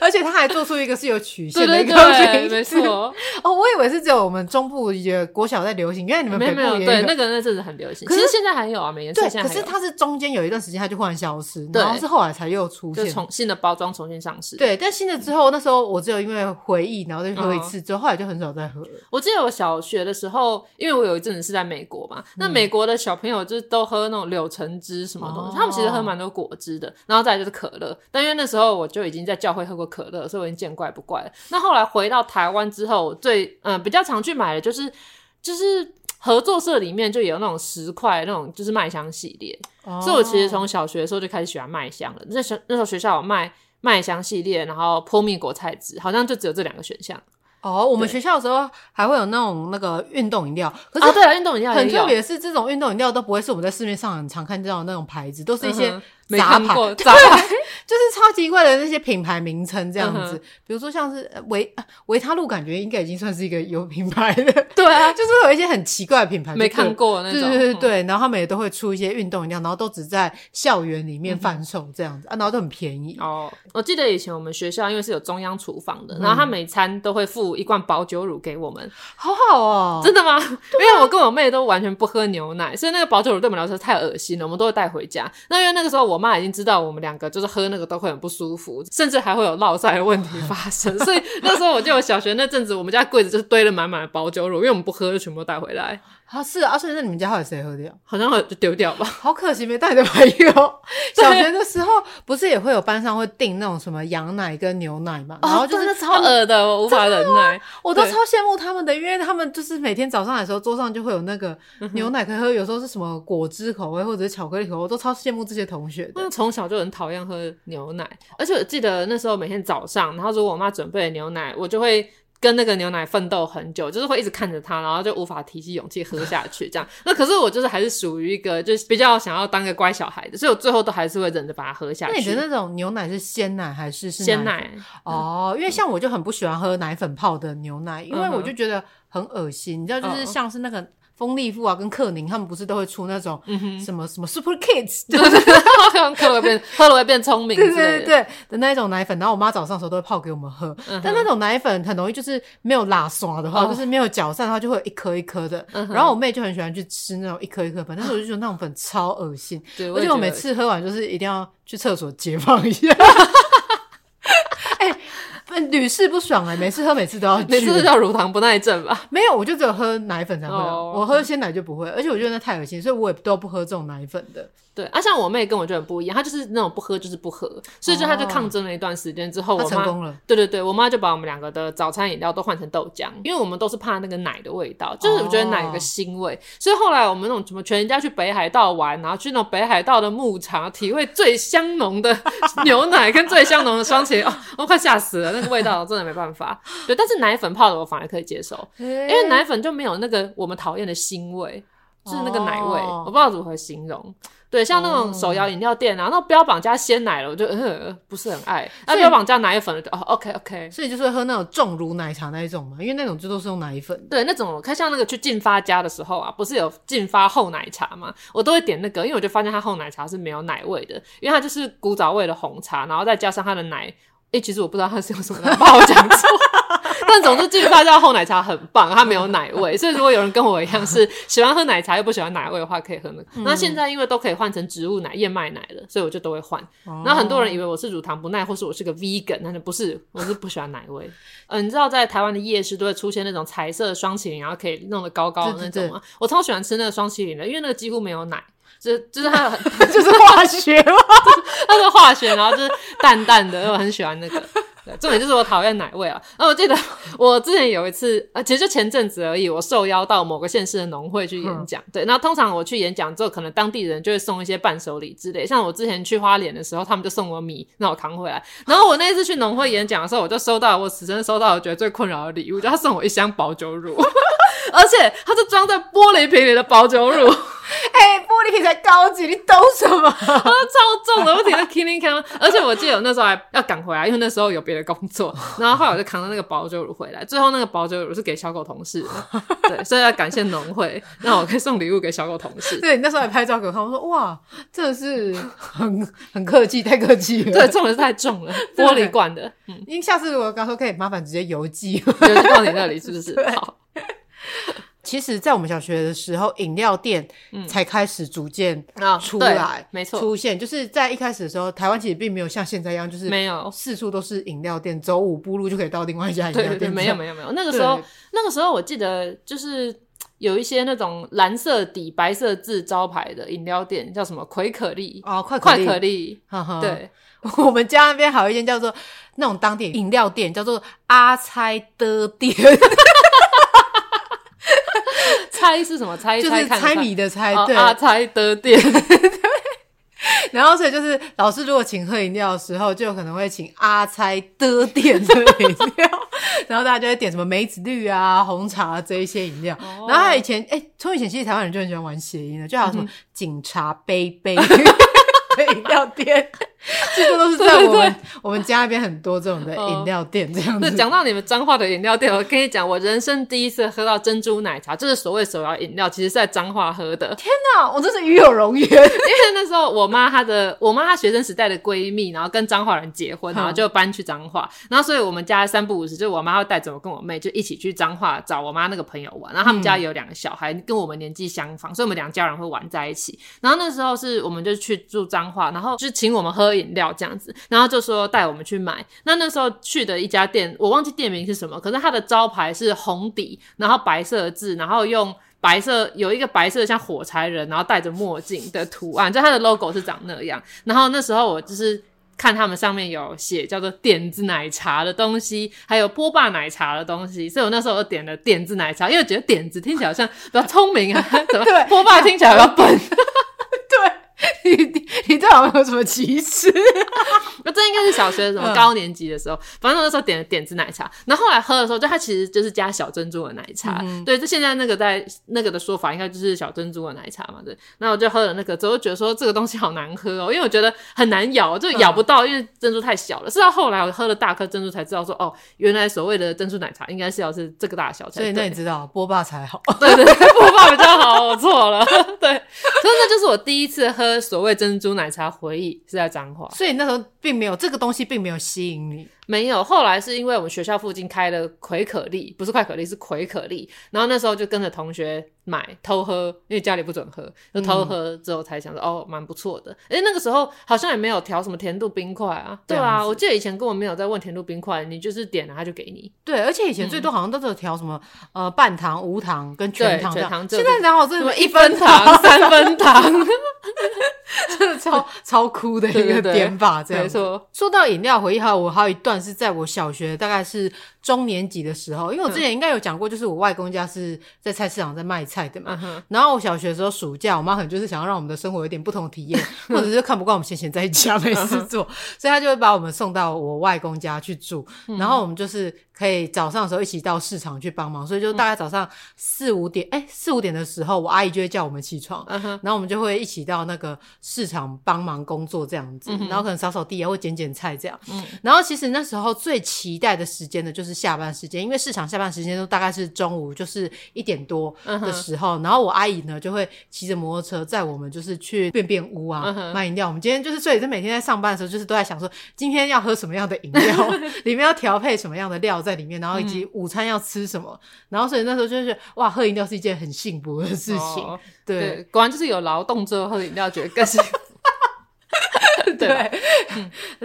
Speaker 3: 而且他还做出一个是有曲
Speaker 2: 对
Speaker 3: 线的
Speaker 2: 对
Speaker 3: 一个
Speaker 2: 对，
Speaker 3: 裙
Speaker 2: 没
Speaker 3: 子。
Speaker 2: 错，
Speaker 3: 哦，我以为是只有我们中部也国小在流行，原来你们
Speaker 2: 没
Speaker 3: 北
Speaker 2: 有
Speaker 3: 部
Speaker 2: 没
Speaker 3: 也
Speaker 2: 有，
Speaker 3: 有。
Speaker 2: 对那个那阵子很流行，
Speaker 3: 可
Speaker 2: 其
Speaker 3: 是
Speaker 2: 实现在还有啊，美颜色
Speaker 3: 对
Speaker 2: 现在
Speaker 3: 可
Speaker 2: 还
Speaker 3: 是
Speaker 2: 有，
Speaker 3: 它是中间有一段时间它就忽然消失，
Speaker 2: 对
Speaker 3: 然后是后来才又出
Speaker 2: 就
Speaker 3: 现。
Speaker 2: 重新的包装重新上市。
Speaker 3: 对，但新的之后，那时候我只有因为回忆，然后再去喝一
Speaker 2: 嗯
Speaker 3: 次，之后后来就很少再喝了。
Speaker 2: 我记得我小学的时候，因为我有一阵子是在美国嘛，
Speaker 3: 嗯
Speaker 2: 那美国的小朋友就是都喝那种柳橙汁什么东
Speaker 3: 哦
Speaker 2: 西，他们其实喝蛮多果汁的，然后再来就是可乐。但因为那时候我就已经在教会喝过可乐，所以我已经见怪不怪了。那后来回到台湾之后，我最嗯、呃比较常去买的就是就是。合作社里面就有那种十块那种就是麦香系列，
Speaker 3: 哦
Speaker 2: 所以我其实从小学的时候就开始喜欢麦香了。那时那时候学校有卖麦香系列，然后泼蜜果菜汁，好像就只有这两个选项。
Speaker 3: 哦，我们学校的时候还会有那种那个运动饮料，可
Speaker 2: 啊，
Speaker 3: 是
Speaker 2: 对了，运动饮料也
Speaker 3: 哦很
Speaker 2: 有
Speaker 3: 特别，是这种运动饮料都不会是我们在市面上很常看到的那种牌子，都是一些
Speaker 2: 嗯哼没
Speaker 3: 杂
Speaker 2: 看
Speaker 3: 牌，
Speaker 2: 过
Speaker 3: 对
Speaker 2: 杂牌
Speaker 3: 就是超奇怪的那些品牌名称这样
Speaker 2: 嗯
Speaker 3: 子
Speaker 2: 哼。
Speaker 3: 比如说像是呃维呃维他露，感觉应该已经算是一个有品牌的，
Speaker 2: 对啊，
Speaker 3: 就是会有一些很奇怪的品牌，
Speaker 2: 没
Speaker 3: 就对了
Speaker 2: 看。过那
Speaker 3: 对
Speaker 2: 种。
Speaker 3: 对对
Speaker 2: 嗯，
Speaker 3: 对，然后他们也都会出一些运动饮料，然后都只在校园里面贩售这样子、啊，然后都很便宜。
Speaker 2: 嗯哦，嗯我记得以前我们学校因为是有中央厨房的，然后他每餐都会付一罐保酒乳给我们。
Speaker 3: 好好哦，
Speaker 2: 真的吗？因为我跟我妹都完全不喝牛奶，所以那个保酒乳对我们来说太恶心了，我们都会带回家。那因为那个时候我妈已经知道我们两个就是喝那个都会很不舒服，甚至还会有落腮的问题发 生，所以那时候我记得我小学那阵子，我们家柜子就是堆了满满的保酒乳，因为我们不喝就全部都带回来，
Speaker 3: 啊是啊，所以那你们家后来谁喝掉？
Speaker 2: 好像就丢掉吧。
Speaker 3: 好可惜没带你的朋 友。小学的时候不是也会有班上会订那种什么羊奶跟牛奶嘛，然后就
Speaker 2: 哦
Speaker 3: 是
Speaker 2: 真的超恶的，我无法忍耐。
Speaker 3: 我都
Speaker 2: 对
Speaker 3: 超羡慕他们的，因为他们就是每天早上来的时候，桌上就会有那个牛奶可以喝，有时候是什
Speaker 2: 嗯
Speaker 3: 么果汁口味或者是巧克力口味，我都超羡慕这些同学的。
Speaker 2: 那从小就很讨厌喝牛奶，而且我记得那时候每天早上，然后如果我妈准备了牛奶，我就会跟那个牛奶奋斗很久，就是会一直看着它，然后就无法提起勇气喝下去这样。那可是我就是还是属于一个就是比较想要当个乖小孩的，所以我最后都还是会忍着把它喝下
Speaker 3: 那
Speaker 2: 去。
Speaker 3: 你觉得那种牛奶是鲜奶还是是
Speaker 2: 鲜
Speaker 3: 奶
Speaker 2: 奶？
Speaker 3: 哦，因为像我就很不喜欢喝奶粉泡的牛奶，因为
Speaker 2: 嗯嗯哼
Speaker 3: 我就觉得很恶心。你知道，就是
Speaker 2: 哦
Speaker 3: 像是那个丰利富啊跟克宁，他们不是都会出那种
Speaker 2: 嗯哼，
Speaker 3: 什么什么 Super Kids
Speaker 2: 对对对，喝完 喝了会变喝了会变聪明之
Speaker 3: 对
Speaker 2: 类的。
Speaker 3: 对对对的那一种奶粉，然后我妈早上的时候都会泡给我们喝。
Speaker 2: 嗯哼
Speaker 3: 但那种奶粉很容易就是没有拉刷的话，
Speaker 2: 哦
Speaker 3: 就是没有搅散的话，就会有一颗一颗的。
Speaker 2: 嗯哼
Speaker 3: 然后我妹就很喜欢去吃那种一颗一颗粉，但是我就觉得那种粉超恶心，
Speaker 2: 对，
Speaker 3: 而
Speaker 2: 也
Speaker 3: 且
Speaker 2: 觉
Speaker 3: 我
Speaker 2: 得
Speaker 3: 每次喝完就是一定要去厕所解放一下。 哎、屡试不爽哎、每次喝每次都要去，
Speaker 2: 每次都叫乳糖不耐症吧。
Speaker 3: 没有，我就只有喝奶粉才会啊、
Speaker 2: 哦
Speaker 3: 我喝鲜奶就不会，而且我觉得那太恶心，所以我也都不喝这种奶粉的。
Speaker 2: 对，啊，像我妹跟我就很不一样，她就是那种不喝就是不喝，所以就她就抗争了一段时间之后，
Speaker 3: 哦她
Speaker 2: 我
Speaker 3: 成
Speaker 2: 妈
Speaker 3: 功了，
Speaker 2: 对对对，我妈就把我们两个的早餐饮料都换成豆浆，因为我们都是怕那个奶的味道，就是我觉得奶有个腥味，所以后来我们那种什么全家去北海道玩，然后去那种北海道的牧场体会最香浓的 牛奶跟最香浓的双茄，哦，我快吓死了，那个味道真的没办法。对，但是奶粉泡的我反而可以接受，
Speaker 3: 因
Speaker 2: 因为奶粉就没有那个我们讨厌的腥味。就是那个奶味，
Speaker 3: 哦
Speaker 2: 我不知道如何形容。对，像那种手摇饮料店啊，那标榜加鲜奶了，我就呃不是很爱；那
Speaker 3: 所以
Speaker 2: 标榜加奶粉了，就哦 OK OK。
Speaker 3: 所以就是会喝那种重乳奶茶那一种嘛，因为那种就都是用奶粉的。
Speaker 2: 对，那种我看像那个去进发家的时候啊，不是有进发厚奶茶嘛，我都会点那个，因为我就发现它厚奶茶是没有奶味的，因为它就是古早味的红茶，然后再加上它的奶。诶、其实我不知道它是用什么奶，把我讲错。 但总之，进发家的厚奶茶很棒，它没有奶味，所以如果有人跟我一样是喜欢喝奶茶又不喜欢奶味的话，可以喝那个。那现在因为都可以换成植物奶、燕麦奶了，所以我就都会换。
Speaker 3: 哦
Speaker 2: 然后很多人以为我是乳糖不耐，或是我是个 vegan，但是不是，我是不喜欢奶味。 嗯、你知道在台湾的夜市都会出现那种彩色的双麒麟，然后可以弄得高高的那种吗？我超喜欢吃那个双麒麟的，因为那个几乎没有奶，就是就是它 有
Speaker 3: 就是化学嘛，
Speaker 2: 它是化学，然后就是淡淡的，我很喜欢那个。对重点就是我讨厌奶味啊！然后我记得我之前有一次，呃，其实就前阵子而已，我受邀到某个县市的农会去演讲。对，那通常我去演讲之后，可能当地人就会送一些伴手礼之类。像我之前去花莲的时候，他们就送我米，让我扛回来。然后我那一次去农会演讲的时候，我就收到我此生收到我觉得最困扰的礼物，就他送我一箱保酒乳， 而且它是装在玻璃瓶里的保酒乳。
Speaker 3: 哎、玻璃瓶才高级，你懂什么？
Speaker 2: 啊，超重的，我顶着 k i l l i n g 而且我记得我那时候还要赶回来，因为那时候有别的工作，然后后来我就扛着那个保酒乳回来，最后那个保酒乳是给小狗同事的，对，所以要感谢农会，让我可以送礼物给小狗同事。
Speaker 3: 对，你那时候还拍照给我看，我说哇，真的是很很客气，太客气了。
Speaker 2: 对，，重点是太重了，
Speaker 3: 对
Speaker 2: 玻璃罐的，嗯，
Speaker 3: 因为下次如果跟他说可以麻烦直接邮寄。
Speaker 2: 就去到你那里是不是？好，
Speaker 3: 其实，在我们小学的时候，饮料店才开始逐渐
Speaker 2: 啊
Speaker 3: 出
Speaker 2: 对
Speaker 3: 来，
Speaker 2: 没嗯错
Speaker 3: 出现就是在一开始的时候，台湾其实并没有像现在一样，就是
Speaker 2: 没有
Speaker 3: 四处都是饮料店，走五步路就可以到另外一家饮料
Speaker 2: 对
Speaker 3: 店
Speaker 2: 对。对，
Speaker 3: 这
Speaker 2: 没有
Speaker 3: 样
Speaker 2: 没有没有，那个时候
Speaker 3: 对
Speaker 2: 那个时候我记得就是有一些那种蓝色底白色字招牌的饮料店，叫什么葵可丽、
Speaker 3: 哦，快
Speaker 2: 快可
Speaker 3: 可丽，
Speaker 2: 丽，
Speaker 3: 哈哈，
Speaker 2: 对。
Speaker 3: 我们家那边还有一间叫做那种当地饮料店，叫做阿猜的店，
Speaker 2: 猜是什么？猜
Speaker 3: 就
Speaker 2: 猜
Speaker 3: 是
Speaker 2: 看
Speaker 3: 猜谜的猜，
Speaker 2: 哦
Speaker 3: 对。
Speaker 2: 啊，猜的 店
Speaker 3: 然后所以就是老师如果请喝饮料的时候，就可能会请阿猜的店的饮料，然后大家就会点什么梅子绿啊、红茶这一些饮料。然后还有以前，哎、从以前其实台湾人就很喜欢玩谐音的，就还有什么警察杯杯 的饮料店，这个都是在我们我们家那边很多这种的饮料店这样
Speaker 2: 对，
Speaker 3: 子。
Speaker 2: 讲到你们彰化的饮料店，我跟你讲，我人生第一次喝到珍珠奶茶，就是所谓手摇饮料，其实是在彰化喝的。
Speaker 3: 天哪，我真是与有荣焉。
Speaker 2: 因为那时候我妈她的我妈她学生时代的闺蜜，然后跟彰化人结婚，然后就搬去彰化，然后所以我们家三不五时，就我妈会带着我跟我妹就一起去彰化找我妈那个朋友玩，然后他们家有两个小孩跟我们年纪相仿，所以我们两家人会玩在一起。然后那时候是我们就去住彰化，然后就请我们喝饮料这样子，然后就说带我们去买。那那时候去的一家店，我忘记店名是什么，可是它的招牌是红底，然后白色的字，然后用。白色有一个白色像火柴人，然后戴着墨镜的图案，就它的 logo 是长那样。然后那时候我就是看他们上面有写叫做点子奶茶的东西，还有波霸奶茶的东西，所以我那时候我点了点子奶茶，因为我觉得点子听起来好像比较聪明啊，怎么
Speaker 3: 对
Speaker 2: 波霸听起来比较笨。
Speaker 3: 对，你你你对我们有什么歧视？
Speaker 2: 那这应该是小学什么
Speaker 3: 嗯
Speaker 2: 高年级的时候，反正我那时候点了点子奶茶，然后后来喝的时候，就它其实就是加小珍珠的奶茶，
Speaker 3: 嗯
Speaker 2: 对，就现在那个在那个的说法应该就是小珍珠的奶茶嘛，对。那我就喝了那个之后，就觉得说这个东西好难喝哦，因为我觉得很难咬，
Speaker 3: 嗯
Speaker 2: 就咬不到，因为珍珠太小了。是到后来我喝了大颗珍珠才知道说，哦，原来所谓的珍珠奶茶应该是要是这个大小才
Speaker 3: 所以那
Speaker 2: 对
Speaker 3: 你知道波霸才好，
Speaker 2: 对对 对，波霸比较好，我错了。 对，所以那就是我第一次喝所谓珍珠奶茶，回忆是在彰化。
Speaker 3: 所以那时候并没有这个东西并没有吸引你。
Speaker 2: 没有，后来是因为我们学校附近开了葵可丽，不是快可丽，是葵可丽。然后那时候就跟着同学买偷喝，因为家里不准喝，就偷喝之后才想说、哦，蛮不错的。哎，那个时候好像也没有调什么甜度冰块啊。对
Speaker 3: 这样
Speaker 2: 啊，
Speaker 3: 子
Speaker 2: 我记得以前根本没有在问甜度冰块，你就是点了他就给你。
Speaker 3: 对，而且以前最多好像都只有调什么、呃半糖、无糖跟全糖这
Speaker 2: 对全
Speaker 3: 样。
Speaker 2: 糖这
Speaker 3: 现
Speaker 2: 个
Speaker 3: 在哪有这
Speaker 2: 什
Speaker 3: 什么
Speaker 2: 么一
Speaker 3: 一
Speaker 2: 分
Speaker 3: 分
Speaker 2: 糖、三分糖，
Speaker 3: 真的超超酷的一
Speaker 2: 对
Speaker 3: 个
Speaker 2: 对对
Speaker 3: 点法，这样
Speaker 2: 没
Speaker 3: 子
Speaker 2: 错，
Speaker 3: 说到饮料回忆，还有我还有一段是在我小学大概是中年级的时候，因为我之前应该有讲过，就是我外公家是在菜市场在卖菜的嘛。
Speaker 2: 嗯哼，
Speaker 3: 然后我小学的时候暑假，我妈可能就是想要让我们的生活有点不同的体验，或者是看不惯我们闲闲在家 没事做，所以她就会把我们送到我外公家去住。然后我们就是可以早上的时候一起到市场去帮忙，所以就大概早上四五点，哎、四五点的时候，我阿姨就会叫我们起床，
Speaker 2: 嗯哼，
Speaker 3: 然后我们就会一起到那个市场帮忙工作这样子，然后可能扫扫地啊，或捡捡菜这样。然后其实那时候最期待的时间呢，就是下班时间，因为市场下班时间都大概是中午，就是一点多
Speaker 2: 嗯
Speaker 3: 的时候。然后我阿姨呢就会骑着摩托车载我们，就是去便便屋啊、
Speaker 2: 嗯哼
Speaker 3: 买饮料。我们今天就是所以是每天在上班的时候，就是都在想说今天要喝什么样的饮 料，里面要调配什么样的料在里面，然后以及
Speaker 2: 嗯
Speaker 3: 午餐要吃什么。然后所以那时候就是哇，喝饮料是一件很幸福的事情，
Speaker 2: 哦
Speaker 3: 对。
Speaker 2: 对，果然就是有劳动之后喝饮料，觉得更是 对啊吧。
Speaker 3: 对，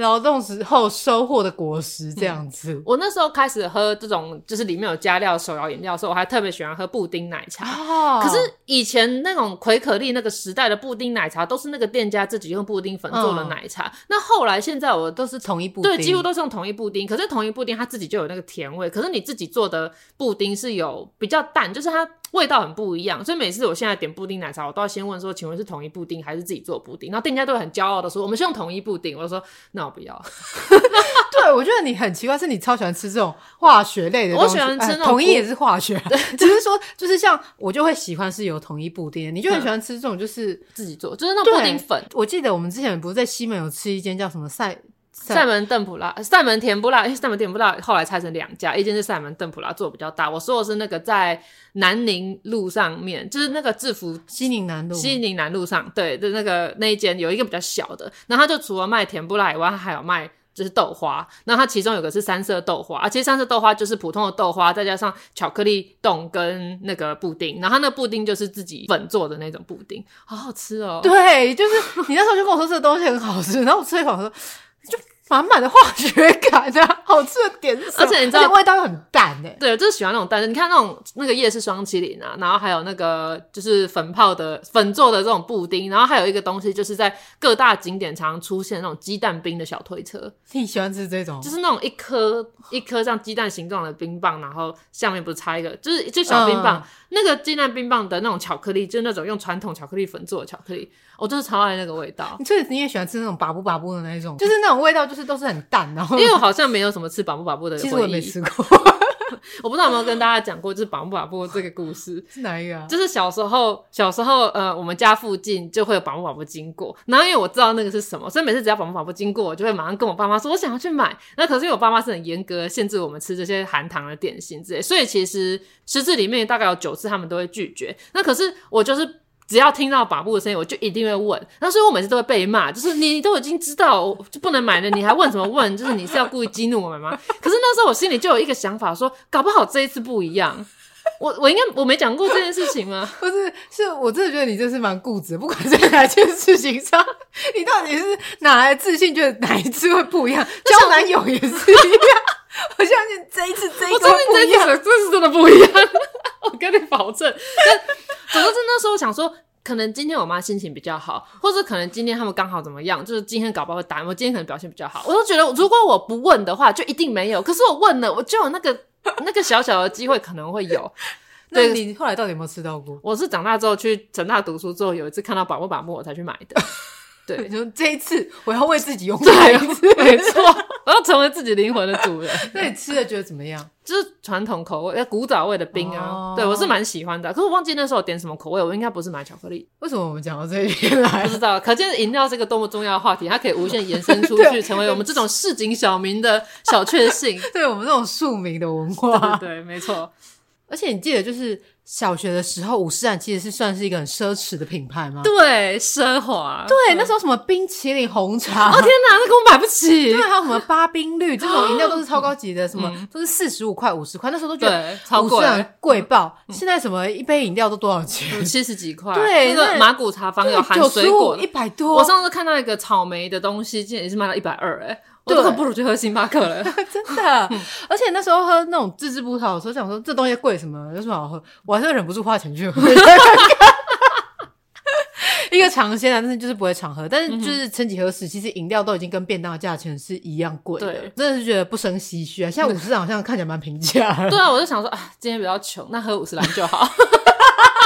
Speaker 3: 劳动时候收获的果实这样子。
Speaker 2: 我那时候开始喝这种，就是里面有加料手摇饮料的时候，我还特别喜欢喝布丁奶茶。
Speaker 3: 哦
Speaker 2: 可是以前那种葵可丽那个时代的布丁奶茶，都是那个店家自己用布丁粉做
Speaker 3: 嗯
Speaker 2: 的奶茶。那后来现在我都
Speaker 3: 都是同一步，
Speaker 2: 对，几乎都是用同一布丁。可是同一布丁它自己就有那个甜味，可是你自己做的布丁是有比较淡，就是它味道很不一样。所以每次我现在点布丁奶茶，我都要先问说，请问是同一布丁还是自己做布丁？然后店家都会很骄傲的说，我们是用同一布丁。我就说，那我不要，
Speaker 3: 对。我觉得你很奇怪，是你超喜欢吃这种化学类的
Speaker 2: 我
Speaker 3: 东西。
Speaker 2: 喜欢吃
Speaker 3: 哎
Speaker 2: 那种
Speaker 3: 统一也是化学啊， 只是说就是像我就会喜欢是有统一布丁，你就
Speaker 2: 嗯
Speaker 3: 很喜欢吃这种。就是
Speaker 2: 自己做，就是那种布
Speaker 3: 对
Speaker 2: 丁粉。
Speaker 3: 我记得我们之前不是在西门有吃一间叫什么赛
Speaker 2: 塞门邓普拉、塞门甜不辣、诶塞门甜不辣后来拆成两家，一间是塞门邓普拉做的比较大，我说的是那个在南宁路上面，就是那个制服
Speaker 3: 西宁南路
Speaker 2: 西宁南路上，对，就那个那一间有一个比较小的，然后它就除了卖甜不辣以外，它还有卖。就是豆花，那它其中有个是三色豆花，啊，其实三色豆花就是普通的豆花，再加上巧克力冻跟那个布丁，然后它那个布丁就是自己粉做的那种布丁，好好吃哦。
Speaker 3: 对，就是你那时候就跟我说这个东西很好吃，然后我吃一口我说就满满的化学感啊，好吃的点是什么
Speaker 2: 而且你知道
Speaker 3: 味道又很淡哎、
Speaker 2: 对，我就是喜欢那种蛋。你看那种那个夜市双麒麟啊，然后还有那个就是粉泡的粉做的这种布丁，然后还有一个东西就是在各大景点常常出现那种鸡蛋冰的小推车，
Speaker 3: 你喜欢吃这种？
Speaker 2: 就是那种一颗一颗像鸡蛋形状的冰棒，然后下面不是插一个，就是就小冰棒，
Speaker 3: 嗯
Speaker 2: 那个鸡蛋冰棒的那种巧克力，就是那种用传统巧克力粉做的巧克力，我就是超爱那个味道。
Speaker 3: 所以你也喜欢吃那种拔不拔不的那一种，就是那种味道，就是都是很淡，然后
Speaker 2: 因为我好像没有什么吃把布把布的回 忆，
Speaker 3: 其实我也没吃过，
Speaker 2: 我不知道有没有跟大家讲过，就是把布把布这个故事。
Speaker 3: 是哪一个啊？
Speaker 2: 就是小时候，小时候，呃，我们家附近就会有宝木宝布经过，然后因为我知道那个是什么，所以每次只要宝木宝布经过，我就会马上跟我爸妈说，我想要去买。那可是因为我爸妈是很严格地限制我们吃这些含糖的点心之类，所以其实十次里面大概有九次他们都会拒绝。那可是我就是。只要听到把布的声音，我就一定会问。那所以我每次都会被骂，就是你都已经知道我就不能买了，你还问什么问？就是你是要故意激怒我们吗？可是那时候我心里就有一个想法说搞不好这一次不一样。我我应该我没讲过这件事 情吗？
Speaker 3: 不是，是我真的觉得你真是蛮固执的，不管在哪件事情上，你到底是哪来的自信，觉得哪一次会不一样？交男友也是一样，我相信这一次这一
Speaker 2: 我
Speaker 3: 个
Speaker 2: 真
Speaker 3: 会不
Speaker 2: 的
Speaker 3: 一
Speaker 2: 这
Speaker 3: 样。
Speaker 2: 次这是真的不一样，我跟你保证。但总之那时候想说，可能今天我妈心情比较好，或者可能今天他们刚好怎么样，就是今天搞不好会打我今天可能表现比较好。我都觉得如果我不问的话，就一定没有。可是我问了，我就有那个那个小小的机会可能会有。
Speaker 3: 那
Speaker 2: 对
Speaker 3: 你后来到底有没有吃到过？
Speaker 2: 我是长大之后去成大读书之后，有一次看到把握把握我才去买的。 对
Speaker 3: 你 说这一次我要为自己勇敢一次，
Speaker 2: 没错，我要成为自己灵魂的主人。
Speaker 3: 那你吃了觉得怎么样？
Speaker 2: 就是传统口味，呃，古早味的冰啊，
Speaker 3: 哦
Speaker 2: 对我是蛮喜欢的。可是我忘记那时候我点什么口味，我应该不是买巧克力，
Speaker 3: 为什么我们讲到这里来
Speaker 2: 不？知道。可见饮料是个多么重要的话题，它可以无限延伸出去，
Speaker 3: 对
Speaker 2: 成为我们这种市井小民的小确 幸。
Speaker 3: 对我们这种庶民的文化，
Speaker 2: 对对对，没错。
Speaker 3: 而且你记得，就是小学的时候，五十岚其实是算是一个很奢侈的品牌吗？
Speaker 2: 对，奢华。
Speaker 3: 对，那时候什么冰淇淋红茶，
Speaker 2: 嗯哦天哪，那个我买不起
Speaker 3: 对，。还有什么八冰绿这种饮料都是超高级的，什么都是四十五块、五十块，那时候都觉得
Speaker 2: 嗯对超
Speaker 3: 五
Speaker 2: 贵嗯
Speaker 3: 十岚贵爆。现在什么一杯饮料都多少钱？
Speaker 2: 七十几块，
Speaker 3: 对
Speaker 2: 那个
Speaker 3: 那
Speaker 2: 马古茶坊嗯有含
Speaker 3: 九
Speaker 2: 水
Speaker 3: 十
Speaker 2: 果
Speaker 3: 五、
Speaker 2: 的
Speaker 3: 一百
Speaker 2: 我
Speaker 3: 多，
Speaker 2: 上次看到一个草莓的东西，竟然也是卖到一百二，哎，我都
Speaker 3: 对
Speaker 2: 很不如去喝星巴克 了。
Speaker 3: 真 的。而且那时候喝那种自制葡萄的时候，想说这东西 贵什么，有什么好喝？我还是忍不住花钱去喝。一个尝鲜啊，但是就是不会常喝。但是就是曾几何时，其实饮料都已经跟便当的价钱是一样贵的
Speaker 2: 嗯对，
Speaker 3: 真的是觉得不生唏嘘啊。现在五十兰好像看起来蛮平价的，
Speaker 2: 对 啊，我就想说啊，今天比较穷，那喝五十兰就好。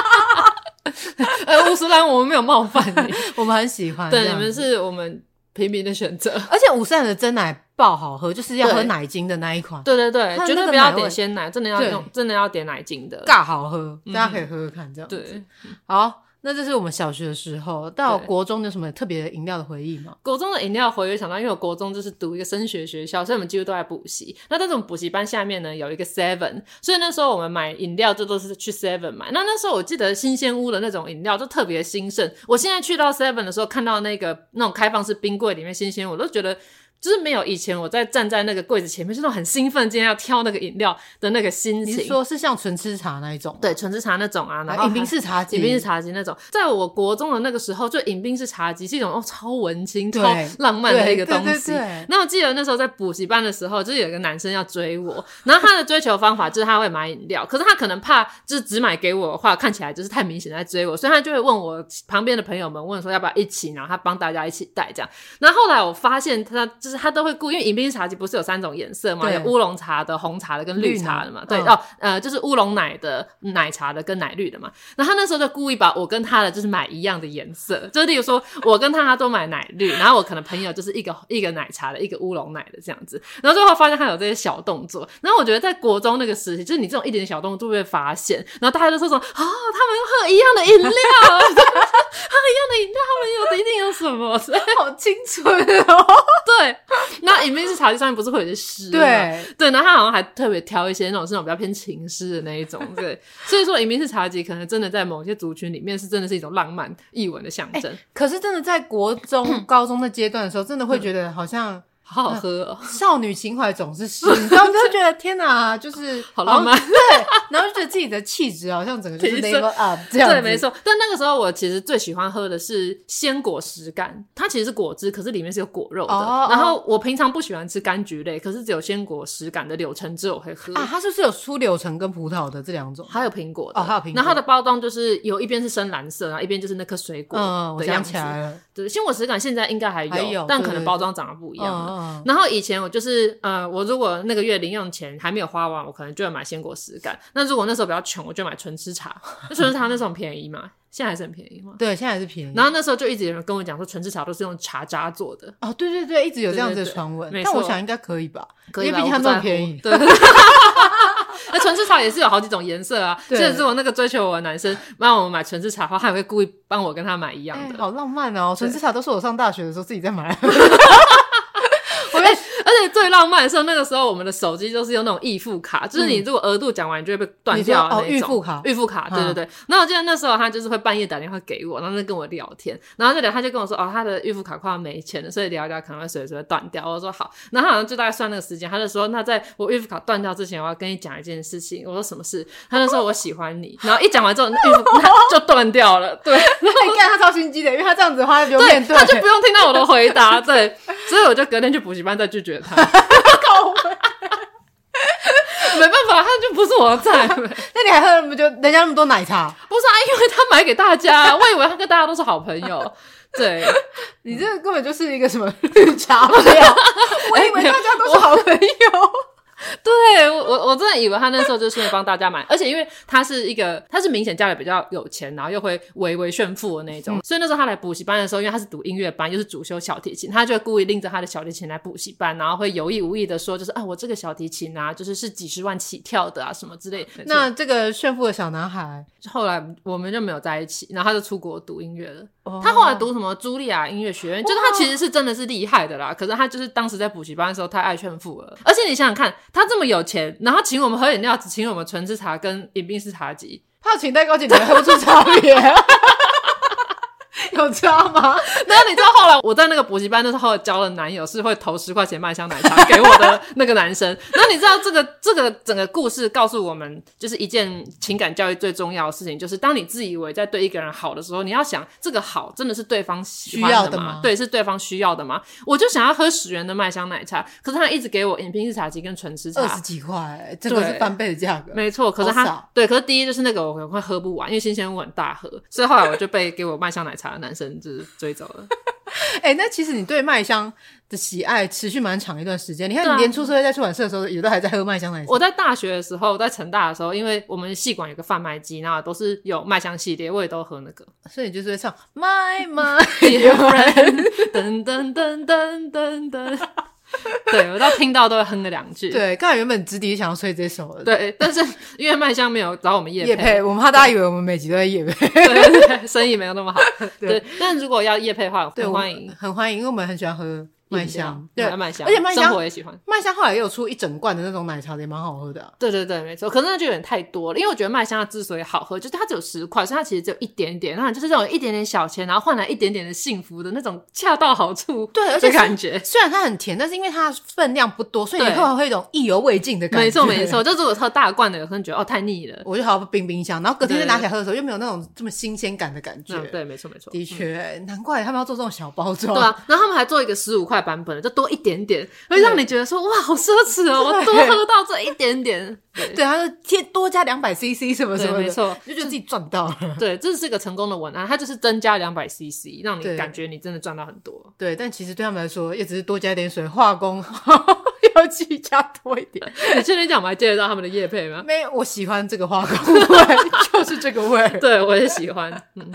Speaker 2: 呃，五十兰我们没有冒犯 你，
Speaker 3: 我们很喜欢这样
Speaker 2: 对，
Speaker 3: 子。
Speaker 2: 你们是我们平民的选择。
Speaker 3: 而且五十兰的真奶爆好喝，就是要喝
Speaker 2: 对
Speaker 3: 奶精的那一款，
Speaker 2: 对对对
Speaker 3: 它，那
Speaker 2: 绝对
Speaker 3: 个
Speaker 2: 不要
Speaker 3: 奶味
Speaker 2: 点鲜奶，真的要
Speaker 3: 对
Speaker 2: 用，真的要点奶精的。
Speaker 3: 尬好喝，大家可以喝喝看这样。，
Speaker 2: 嗯对，
Speaker 3: 好，那这是我们小学的时候，到
Speaker 2: 对
Speaker 3: 国中有什么特别的饮料的回忆吗？
Speaker 2: 国中的饮料回忆想到，因为我国中就是读一个升学学校，所以我们几乎都在补习。那在这种补习班下面呢，有一个 Seven，所以那时候我们买饮料就都是去 Seven 买。那那时候我记得新鲜屋的那种饮料就特别兴盛。我现在去到 Seven 的时候，看到那个那种开放式冰柜里面新鲜，我都觉得。就是没有以前我在站在那个柜子前面，就是那种很兴奋，今天要挑那个饮料的那个心
Speaker 3: 你
Speaker 2: 情。
Speaker 3: 是说是像纯吃茶那一种吗？
Speaker 2: 对纯喫茶那种啊，然
Speaker 3: 啊，
Speaker 2: 后
Speaker 3: 饮冰
Speaker 2: 还
Speaker 3: 式茶几，
Speaker 2: 饮冰式 茶几那种，在我国中的那个时候，就饮冰式茶几是一种哦超文青、
Speaker 3: 对
Speaker 2: 超浪漫的一个东西
Speaker 3: 对对对对。
Speaker 2: 那我记得那时候在补习班的时候，就是有一个男生要追我，然后他的追求方法就是他会买饮料，可是他可能怕就是只买给我的话，看起来就是太明显在追我，所以他就会问我旁边的朋友们问说要不要一起，然后他帮大家一起带这样。然后后来我发现他就是他都会顾，因为饮冰式茶几不是有三种颜色嘛，
Speaker 3: 对
Speaker 2: 有乌龙茶的、红茶的跟绿
Speaker 3: 绿
Speaker 2: 茶
Speaker 3: 奶
Speaker 2: 的嘛，对、
Speaker 3: 嗯
Speaker 2: 哦，呃，就是乌龙奶的、奶茶的跟奶绿的嘛。然后他那时候就故意把我跟他的就是买一样的颜色，就是例如说我跟他他都买奶绿，然后我可能朋友就是一个一个奶茶的，一个乌龙奶的这样子。然后最后发现他有这些小动作，然后我觉得在国中那个时期，就是你这种一点点小动作被发现，然后大家都说什么啊，他们喝一样的饮料， 他们一样的饮料，他们有一定有什么？ 所以
Speaker 3: 好清纯哦。
Speaker 2: 对，那饮面是茶几上面不是会有一些诗 吗？
Speaker 3: 对，
Speaker 2: 对，然后他好像还特别挑一些那种是那种比较偏情诗的那一种， 对，所以说移民式茶几可能真的在某些族群里面是真的是一种浪漫意文的象
Speaker 3: 哎
Speaker 2: 征，
Speaker 3: 可是真的在国中、 高中的阶段的时候，真的会觉得好像
Speaker 2: 好
Speaker 3: 嗯
Speaker 2: 好喝哦，
Speaker 3: 少女情怀总是 诗，你知道，你就觉得天哪，就是
Speaker 2: 好浪漫
Speaker 3: 然后对，然后就觉得自己的气质好像整个就是
Speaker 2: 提升
Speaker 3: level up 这样子
Speaker 2: 对，没，错。但那个时候我其实最喜欢喝的是鲜果实干，它其实是果汁，可是里面是有果肉的。
Speaker 3: 哦
Speaker 2: 然后我平常不喜欢吃柑橘类，可是只有鲜果实干的柳橙汁我会喝。
Speaker 3: 啊，它是不是有出柳橙跟葡萄的这两种？
Speaker 2: 还有苹果的
Speaker 3: 哦还有苹果
Speaker 2: 然后它的包装就是有一边是深蓝色，然后一边就是那颗水果
Speaker 3: 嗯，我
Speaker 2: 的样
Speaker 3: 想
Speaker 2: 子。
Speaker 3: 起来了，
Speaker 2: 对，鲜果实感现在应该还有，
Speaker 3: 还有
Speaker 2: 但
Speaker 3: 对
Speaker 2: 可能
Speaker 3: 对
Speaker 2: 包装长得不一
Speaker 3: 嗯
Speaker 2: 样
Speaker 3: 嗯，
Speaker 2: 了。
Speaker 3: 嗯
Speaker 2: 然后以前我就是呃，我如果那个月零用钱还没有花完，我可能就会买鲜果实干。那如果那时候比较穷，我就买纯吃茶。那纯吃茶那时候很便宜嘛，现在还是很便宜嘛。
Speaker 3: 对，现在还是便宜。
Speaker 2: 然后那时候就一直有人跟我讲说，纯吃茶都是用茶渣做的，
Speaker 3: 哦，对对对，一直有这样子
Speaker 2: 对
Speaker 3: 的
Speaker 2: 对对
Speaker 3: 传闻
Speaker 2: 没，
Speaker 3: 但我
Speaker 2: 错
Speaker 3: 想应该可以吧，
Speaker 2: 可以
Speaker 3: 因
Speaker 2: 吧
Speaker 3: 为毕竟它
Speaker 2: 我不
Speaker 3: 那
Speaker 2: 在
Speaker 3: 么
Speaker 2: 乎
Speaker 3: 便宜。
Speaker 2: 对。 那纯制茶也是有好几种颜色啊，所
Speaker 3: 对
Speaker 2: 以如果那个追求我的男生帮我们买纯制茶的话，他也会故意帮我跟他买一样
Speaker 3: 哎
Speaker 2: 的。
Speaker 3: 好浪漫哦！纯
Speaker 2: 对
Speaker 3: 之茶都是我上大学的时候自己在 买。
Speaker 2: 而且最浪漫的是，那个时候我们的手机都是用那种预付卡，就是你如果额度讲完，你就会被断掉的那一种。
Speaker 3: 嗯你说哦预付卡
Speaker 2: 预付卡，对对对。那我记得那时候他就是会半夜打电话给我，然后在跟我聊天，然后就聊，他就跟我说，哦，他的预付卡快要没钱了，所以聊一聊可能会随时会断掉。我说好，然后他好像就大概算那个时间，他就说，那在我预付卡断掉之前，我要跟你讲一件事情。我说什么事？他就说我喜欢你。然后一讲完之后，那预付 卡就断掉了。对。
Speaker 3: 你看他超心机的，因为他这样子的话，他就
Speaker 2: 对
Speaker 3: 面，对，
Speaker 2: 他就不用听到我的回答， 对，所以我就隔天去补习班再拒绝他。没办法，他就不是我的菜，不是
Speaker 3: 那你还喝那么就人家那么多奶茶，
Speaker 2: 啊，因为他买给大家，我以为他跟大家都是好朋友，对，
Speaker 3: 你这个根本就是一个什么绿 茶婊！我
Speaker 2: 哎
Speaker 3: 以为大家都是好朋友。
Speaker 2: 对我我我真的以为他那时候就是帮大家买，而且因为他是一个，他是明显家里比较有钱，然后又会微微炫富的那种，所以那时候他来补习班的时候，因为他是读音乐班，又是主修小提琴，他就会故意拎着他的小提琴来补习班，然后会有意无意的说，就是啊，我这个小提琴啊，就是是几十万起跳的啊，什么之类的。
Speaker 3: 那这个炫富的小男孩，
Speaker 2: 后来我们就没有在一起，然后他就出国读音乐了。
Speaker 3: 哦
Speaker 2: 他后来读什么茱莉亚音乐学院，就是他其实是真的是厉害的啦。可是他就是当时在补习班的时候太爱炫富了，而且你想想看，他这么有钱，然后请我们喝饮料，只请我们纯制茶跟饮冰式茶几，
Speaker 3: 怕请代高级，你还喝不出差 别， 有差吗？
Speaker 2: 然啊后你知道后来我在那个补习班的时候交了男友，是会投十块钱麦香奶茶给我 的那个男生。那你知道这个这个整个故事告诉我们，就是一件情感教育最重要的事情，就是当你自以为在对一个人好的时候，你要想这个好真的是对方喜欢
Speaker 3: 需要
Speaker 2: 的
Speaker 3: 的
Speaker 2: 吗
Speaker 3: 吗？
Speaker 2: 对，是对方需要的吗？我就想要喝十元的麦香奶茶，可是他一直给我饮冰式茶几跟纯吃
Speaker 3: 二十
Speaker 2: 茶。
Speaker 3: 几块，这个是翻倍的价格。
Speaker 2: 没错，可是
Speaker 3: 好
Speaker 2: 他
Speaker 3: 少
Speaker 2: 对，可是第一就是那个我可能会喝不完，因为新鲜我很大喝，所以后来我就被给我麦香奶茶的男生就是追走了。
Speaker 3: 哎、那其实你对麦香的喜爱持续蛮长一段时间。你看，
Speaker 2: 对啊
Speaker 3: 你连出社会在出版社的时候，也都还在喝麦香奶茶。
Speaker 2: 我在大学的时候，在成大的时候，因为我们系馆有个贩卖机，然后都是有麦香系列，我也都喝那 个。
Speaker 3: 所以你就是会唱 My My
Speaker 2: 有人 噔噔噔噔噔噔，对我到听到都会哼个两句。
Speaker 3: 对，刚才原本直笛想要吹这首的，，
Speaker 2: 对，但是因为麦香没有找我们夜
Speaker 3: 叶配，我们怕大家以为我们每集都在夜配。
Speaker 2: 对对对，生意没有那么好。
Speaker 3: 对
Speaker 2: 对，但如果要夜配的话，
Speaker 3: 对，
Speaker 2: 很
Speaker 3: 我
Speaker 2: 欢迎
Speaker 3: 很欢迎，因为我们很喜欢喝麦香，对
Speaker 2: 对，麦香，
Speaker 3: 而且麦香
Speaker 2: 生活也喜欢。
Speaker 3: 麦香后来也有出一整罐的那种奶茶的，也蛮好喝的啊、
Speaker 2: 对对对，没错。可是那就有点太多了，因为我觉得麦香它之所以好喝，就是它只有十块，所以它其实只有一点点，那就是这种一点点小钱，然后换来一点点的幸福的那种恰到好处。
Speaker 3: 对而且
Speaker 2: 的
Speaker 3: 是
Speaker 2: 感觉。
Speaker 3: 虽然它很甜，但是因为它分量不多，所以你
Speaker 2: 对
Speaker 3: 会会有一种意犹未尽的感觉。
Speaker 2: 没错没错，。就是我喝大罐的，有可能觉得哦太腻了。
Speaker 3: 我就好好冰冰箱，然后隔天再拿起来喝的时候，又没有那种这么新鲜感的感觉。
Speaker 2: 嗯，对，没错没错。
Speaker 3: 的嗯确，难怪他们要做这种小包装。
Speaker 2: 对啊，然后他们还做一个十五块版本的，就多一点点，会让你觉得说哇，好奢侈哦，我多喝到这一点点。对
Speaker 3: 对，他说贴多加两百 CC 什么什么的，
Speaker 2: 对没错，
Speaker 3: 就觉得自己赚到了。
Speaker 2: 对，这是个成功的文案，它就是增加两百 CC，让
Speaker 3: 对
Speaker 2: 你感觉你真的赚到很 多。
Speaker 3: 对，但其实对他们来说，也只是多加一点水，化工 要自己加多一点。
Speaker 2: 你确定讲我们还接得到他们的叶配吗？
Speaker 3: 没有，我喜欢这个化工 味，就是这个味 儿。
Speaker 2: 对，我也喜欢。嗯，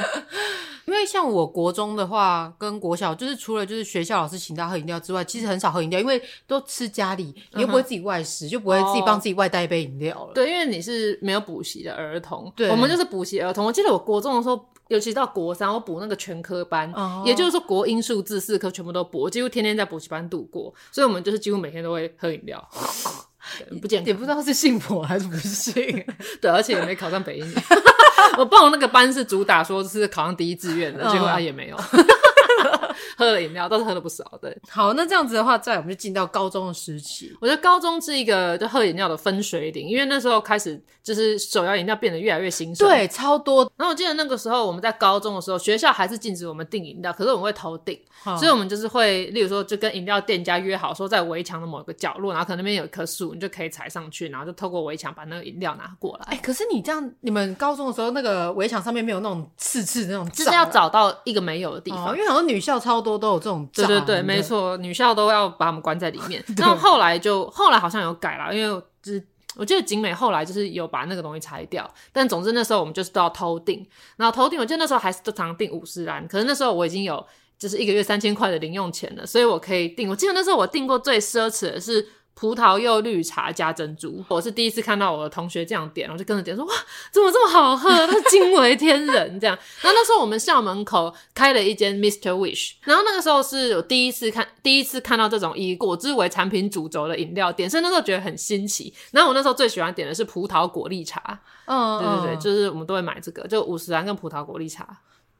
Speaker 3: 因为像我国中的话，跟国小就是除了就是学校老师请大家喝饮料之外，其实很少喝饮料，因为都吃家里，你又不会自己外食，就不会自己帮自己外带一杯饮料了。
Speaker 2: 对，因为你是没有补习的儿童，
Speaker 3: 对
Speaker 2: 我们就是补习儿童。我记得我国中的时候，尤其到国三，我补那个全科班，
Speaker 3: 哦
Speaker 2: 也就是说国英数字四科全部都补，我几乎天天在补习班度过，所以我们就是几乎每天都会喝饮料，对不健
Speaker 3: 也
Speaker 2: 康。
Speaker 3: 不知道是信佛还是不信，
Speaker 2: 对，而且也没考上北英。 我报那个班是主打说是考上第一志愿的，结果
Speaker 3: 嗯
Speaker 2: 啊也没有。 喝了饮料，倒是喝了不少。对，
Speaker 3: 好，那这样子的话，再来我们就进到高中的时期。
Speaker 2: 我觉得高中是一个就喝饮料的分水岭，因为那时候开始就是手摇饮料变得越来越兴盛。
Speaker 3: 对，超多，
Speaker 2: 然后我记得那个时候我们在高中的时候，学校还是禁止我们订饮料，可是我们会偷订，
Speaker 3: 哦
Speaker 2: 所以我们就是会，例如说就跟饮料店家约好，说在围墙的某个角落，然后可能那边有一棵树，你就可以踩上去，然后就透过围墙把那个饮料拿过来。
Speaker 3: 哎、可是你这样，你们高中的时候，那个围墙上面没有那种刺刺的那种
Speaker 2: 就
Speaker 3: 罩啊，
Speaker 2: 是要找到一个没有的地
Speaker 3: 哦，
Speaker 2: 方。
Speaker 3: 因为好像女校超多都有这种罩
Speaker 2: 对
Speaker 3: 啊，
Speaker 2: 对对，
Speaker 3: 不
Speaker 2: 没。错，女校都要把我们关在里面。那后来就后来好像有改了，因为就是我记得景美后来就是有把那个东西拆掉，但总之那时候我们就是都要偷订，然后偷订我记得那时候还是都常订五十兰，可是那时候我已经有就是一个月三千块的零用钱了，所以我可以订。我记得那时候我订过最奢侈的是。葡萄柚绿茶加珍珠，我是第一次看到我的同学这样点，我就跟着点说哇，怎么这么好喝？那惊为天人这样。然后那时候我们校门口开了一间 Mr. Wish，然后那个时候是我第一次看第一次看到这种以果汁为产品主轴的饮料店，所以那时候觉得很新奇。然后我那时候最喜欢点的是葡萄果粒茶，
Speaker 3: 嗯，
Speaker 2: 对对对，
Speaker 3: 嗯
Speaker 2: 就是我们都会买这个，就五十兰跟葡萄果粒茶。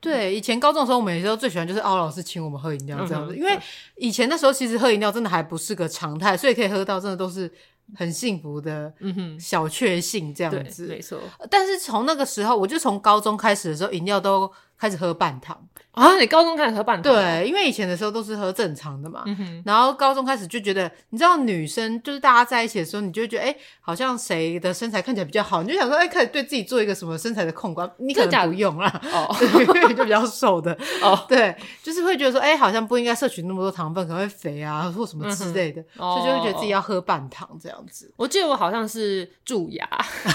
Speaker 3: 对，以前高中的时候，我们有时候最喜欢就是奥老师请我们喝饮料这样子，
Speaker 2: 嗯哼
Speaker 3: 因为以前那时候其实喝饮料真的还不是个常态，所以可以喝到真的都是很幸福的
Speaker 2: 嗯哼，
Speaker 3: 小确幸这
Speaker 2: 对
Speaker 3: 样，
Speaker 2: 没
Speaker 3: 子。
Speaker 2: 错
Speaker 3: 但是从那个时候，我就从高中开始的时候，饮料都开始喝半糖。
Speaker 2: 啊！你高中开始喝半糖，，
Speaker 3: 对，因为以前的时候都是喝正常的嘛。
Speaker 2: 嗯哼，
Speaker 3: 然后高中开始就觉得，你知道女生就是大家在一起的时候，你就会觉得，哎、好像谁的身材看起来比较好，你就想说，哎、开始对自己做一个什么身材的控管，你可
Speaker 2: 真的假
Speaker 3: 能
Speaker 2: 的
Speaker 3: 不用啦，
Speaker 2: 哦
Speaker 3: 对， 因为你就比较瘦的，
Speaker 2: 哦，
Speaker 3: 对，就是会觉得说，哎、好像不应该摄取那么多糖分，可能会肥啊，或什么之类的，
Speaker 2: 嗯哼哦
Speaker 3: 所以就会觉得自己要喝半糖这样子。
Speaker 2: 我记得我好像是蛀牙。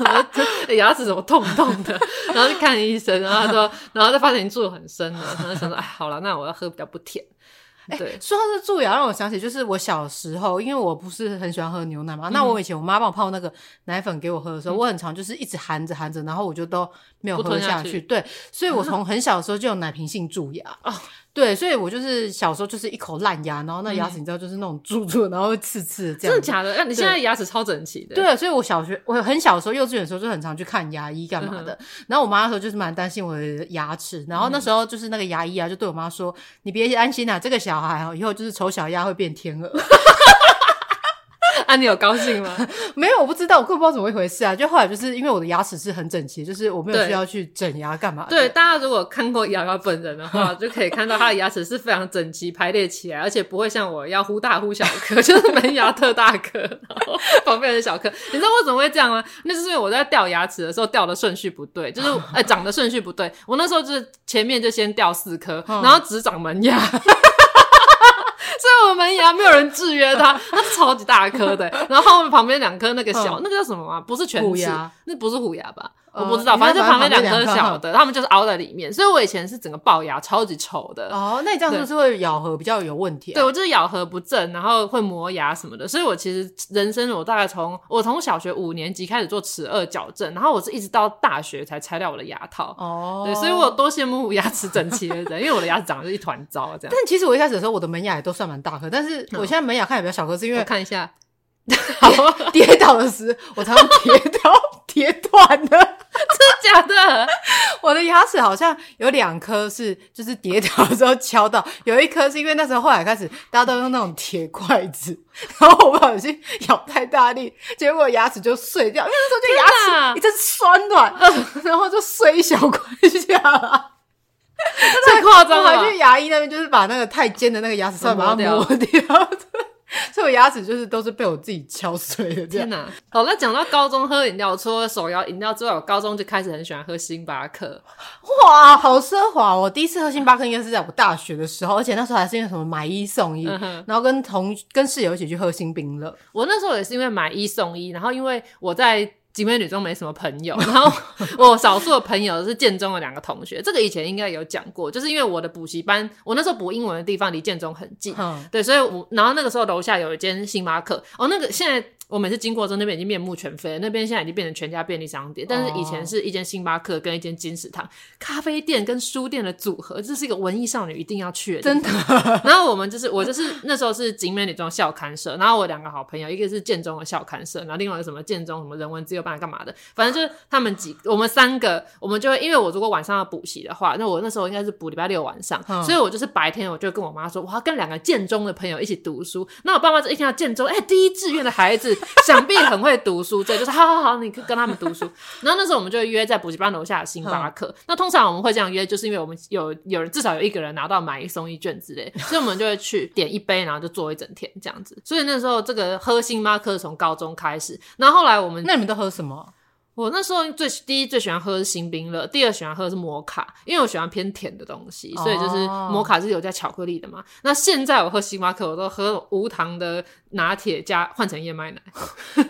Speaker 2: 我的牙齿怎么痛痛的？然后去看医生，然后他说，然后再发现已经蛀得很深了，然后想说，哎，好了，那我要喝比较不甜。对，
Speaker 3: 说到这蛀牙，让我想起就是我小时候，因为我不是很喜欢喝牛奶
Speaker 2: 嗯
Speaker 3: 嘛，那我以前我妈帮我泡那个奶粉给我喝的时候，我很常就是一直含着含着，然后我就都没有
Speaker 2: 不
Speaker 3: 喝
Speaker 2: 吞下
Speaker 3: 去。
Speaker 2: 去啊哦
Speaker 3: 对，所以我从很小的时候就有奶瓶性蛀牙。 对，所以我就是小时候就是一口烂牙，然后那
Speaker 2: 嗯
Speaker 3: 牙齿你知道就是那种蛀蛀的，然后会刺刺的这
Speaker 2: 真
Speaker 3: 样
Speaker 2: 的
Speaker 3: 子。
Speaker 2: 假的？那你现在牙齿超整齐的。，
Speaker 3: 对，所以我小学我很小的时候，幼稚园的时候就很常去看牙医干嘛的。
Speaker 2: 嗯
Speaker 3: 然后我妈那时候就是蛮担心我的牙齿，然后那时候就是那个牙医啊，就对我妈说：“啊 你别担心啦、这个小孩哦，以后就是丑小鸭会变天鹅。”
Speaker 2: 啊，你有高兴吗？
Speaker 3: 没有，我不知道，我根本不知道怎么一回事啊。就后来就是因为我的牙齿是很整齐，就是我没有
Speaker 2: 对
Speaker 3: 需要去整牙干嘛的。
Speaker 2: 对，大家如果看过牙膏本人的 话，就可以看到他的牙齿是非常整齐排列起来，而且不会像我要忽大忽小颗， 就是门牙特大颗，然后旁边很小颗。你知道为什么会这样吗？那就是因为我在掉牙齿的时候掉的顺序不对，就是呃长的顺序不对。我那时候就是前面就先掉四颗，
Speaker 3: 嗯
Speaker 2: 然后只长门牙。 所以我门牙没有人制约它，它是超级大颗的、然后后面旁边两颗那个小，
Speaker 3: 嗯
Speaker 2: 那个叫什么啊？不是全
Speaker 3: 虎
Speaker 2: 齿
Speaker 3: 牙，
Speaker 2: 那不是虎牙吧？我
Speaker 3: 呃
Speaker 2: 不知道，
Speaker 3: 你说
Speaker 2: 反正就
Speaker 3: 反正
Speaker 2: 旁
Speaker 3: 旁边
Speaker 2: 边两颗
Speaker 3: 两颗
Speaker 2: 小
Speaker 3: 哈
Speaker 2: 的，他们就是凹在里面。所以我以前是整个龅牙，超级丑的。
Speaker 3: 哦，那你这样是不是会咬合比较有问题、啊？
Speaker 2: 对，我就是咬合不正，然后会磨牙什么的，所以我其实人生我大概从我从小学五年级开始做齿颚矫正，然后我是一直到大学才拆掉我的牙套。
Speaker 3: 哦，
Speaker 2: 对，所以我有多羡慕牙齿整齐的人，因为我的牙齿长得是一团糟啊这样。
Speaker 3: 但其实我一开始的时候，我的门牙也都算蛮大颗，但是我现在门牙看起来比较小颗，是因
Speaker 2: 嗯我
Speaker 3: 为
Speaker 2: 看一下，
Speaker 3: 跌倒的时候，我常常跌倒 跌断了。
Speaker 2: 真假的？
Speaker 3: 我的牙齿好像有两颗是就是跌倒的时候敲到，有一颗是因为那时候后来开始大家都用那种铁筷子，然后我不小心咬太大力，结果牙齿就碎掉，因为那时候就
Speaker 2: 天
Speaker 3: 牙
Speaker 2: 哪
Speaker 3: 齿一阵酸软， 然后就碎一小块下来。
Speaker 2: 太夸张啊
Speaker 3: 我还
Speaker 2: 了
Speaker 3: 去
Speaker 2: 吧！
Speaker 3: 牙医那边，就是把那个太尖的那个牙齿上把它磨掉， 对所以我牙齿就是都是被我自己敲碎的这
Speaker 2: 天
Speaker 3: 样。
Speaker 2: 哪！好，那讲到高中喝饮料，除了手摇饮料之外，我高中就开始很喜欢喝星巴克。
Speaker 3: 哇，好奢华！我第一次喝星巴克应该是在我大学的时候，而且那时候还是因为什么买一送一，
Speaker 2: 嗯哼
Speaker 3: 然后跟同跟室友一起去喝星冰乐。
Speaker 2: 我那时候也是因为买一送一，然后因为我在集美女中没什么朋友，然后我少数的朋友是建中的两个同学，这个以前应该有讲过，就是因为我的补习班，我那时候补英文的地方离建中很近，
Speaker 3: 嗯，
Speaker 2: 对，所以我然后那个时候楼下有一间星巴克，哦，那个现在我每次经过的时候，那边已经面目全非了，那边现在已经变成全家便利商店，但是以
Speaker 3: 哦
Speaker 2: 前是一间星巴克跟一间金石堂咖啡店跟书店的组合，这是一个文艺少女一定要去的地
Speaker 3: 真
Speaker 2: 方
Speaker 3: 的，
Speaker 2: 然后我们就是我就是那时候是景美女中校刊社，然后我两个好朋友，一个是建中的校刊社，然后另外一个什么建中什么人文自由班干嘛的，反正就是他们几我们三个，我们就会因为我如果晚上要补习的话，那我那时候应该是补礼拜六晚上，
Speaker 3: 嗯
Speaker 2: 所以我就是白天我就跟我妈说，我要跟两个建中的朋友一起读书。那我爸妈就一听到建中，哎、第一志愿的孩子 想必很会读书，这就是好好好，你跟他们读书。然后那时候我们就约在补习班楼下的星巴克。那通常我们会这样约，就是因为我们有有人至少有一个人拿到买一送一券之类，所以我们就会去点一杯，然后就坐一整天这样子。所以那时候这个喝星巴克从高中开始，然后后来我们
Speaker 3: 那你们都喝什么？
Speaker 2: 我那时候最第一最喜欢喝是新冰乐，第二喜欢喝是摩卡，因为我喜欢偏甜的东西，
Speaker 3: 哦
Speaker 2: 所以就是摩卡是有加巧克力的嘛。那现在我喝星巴克，我都喝无糖的拿铁加换成燕麦奶。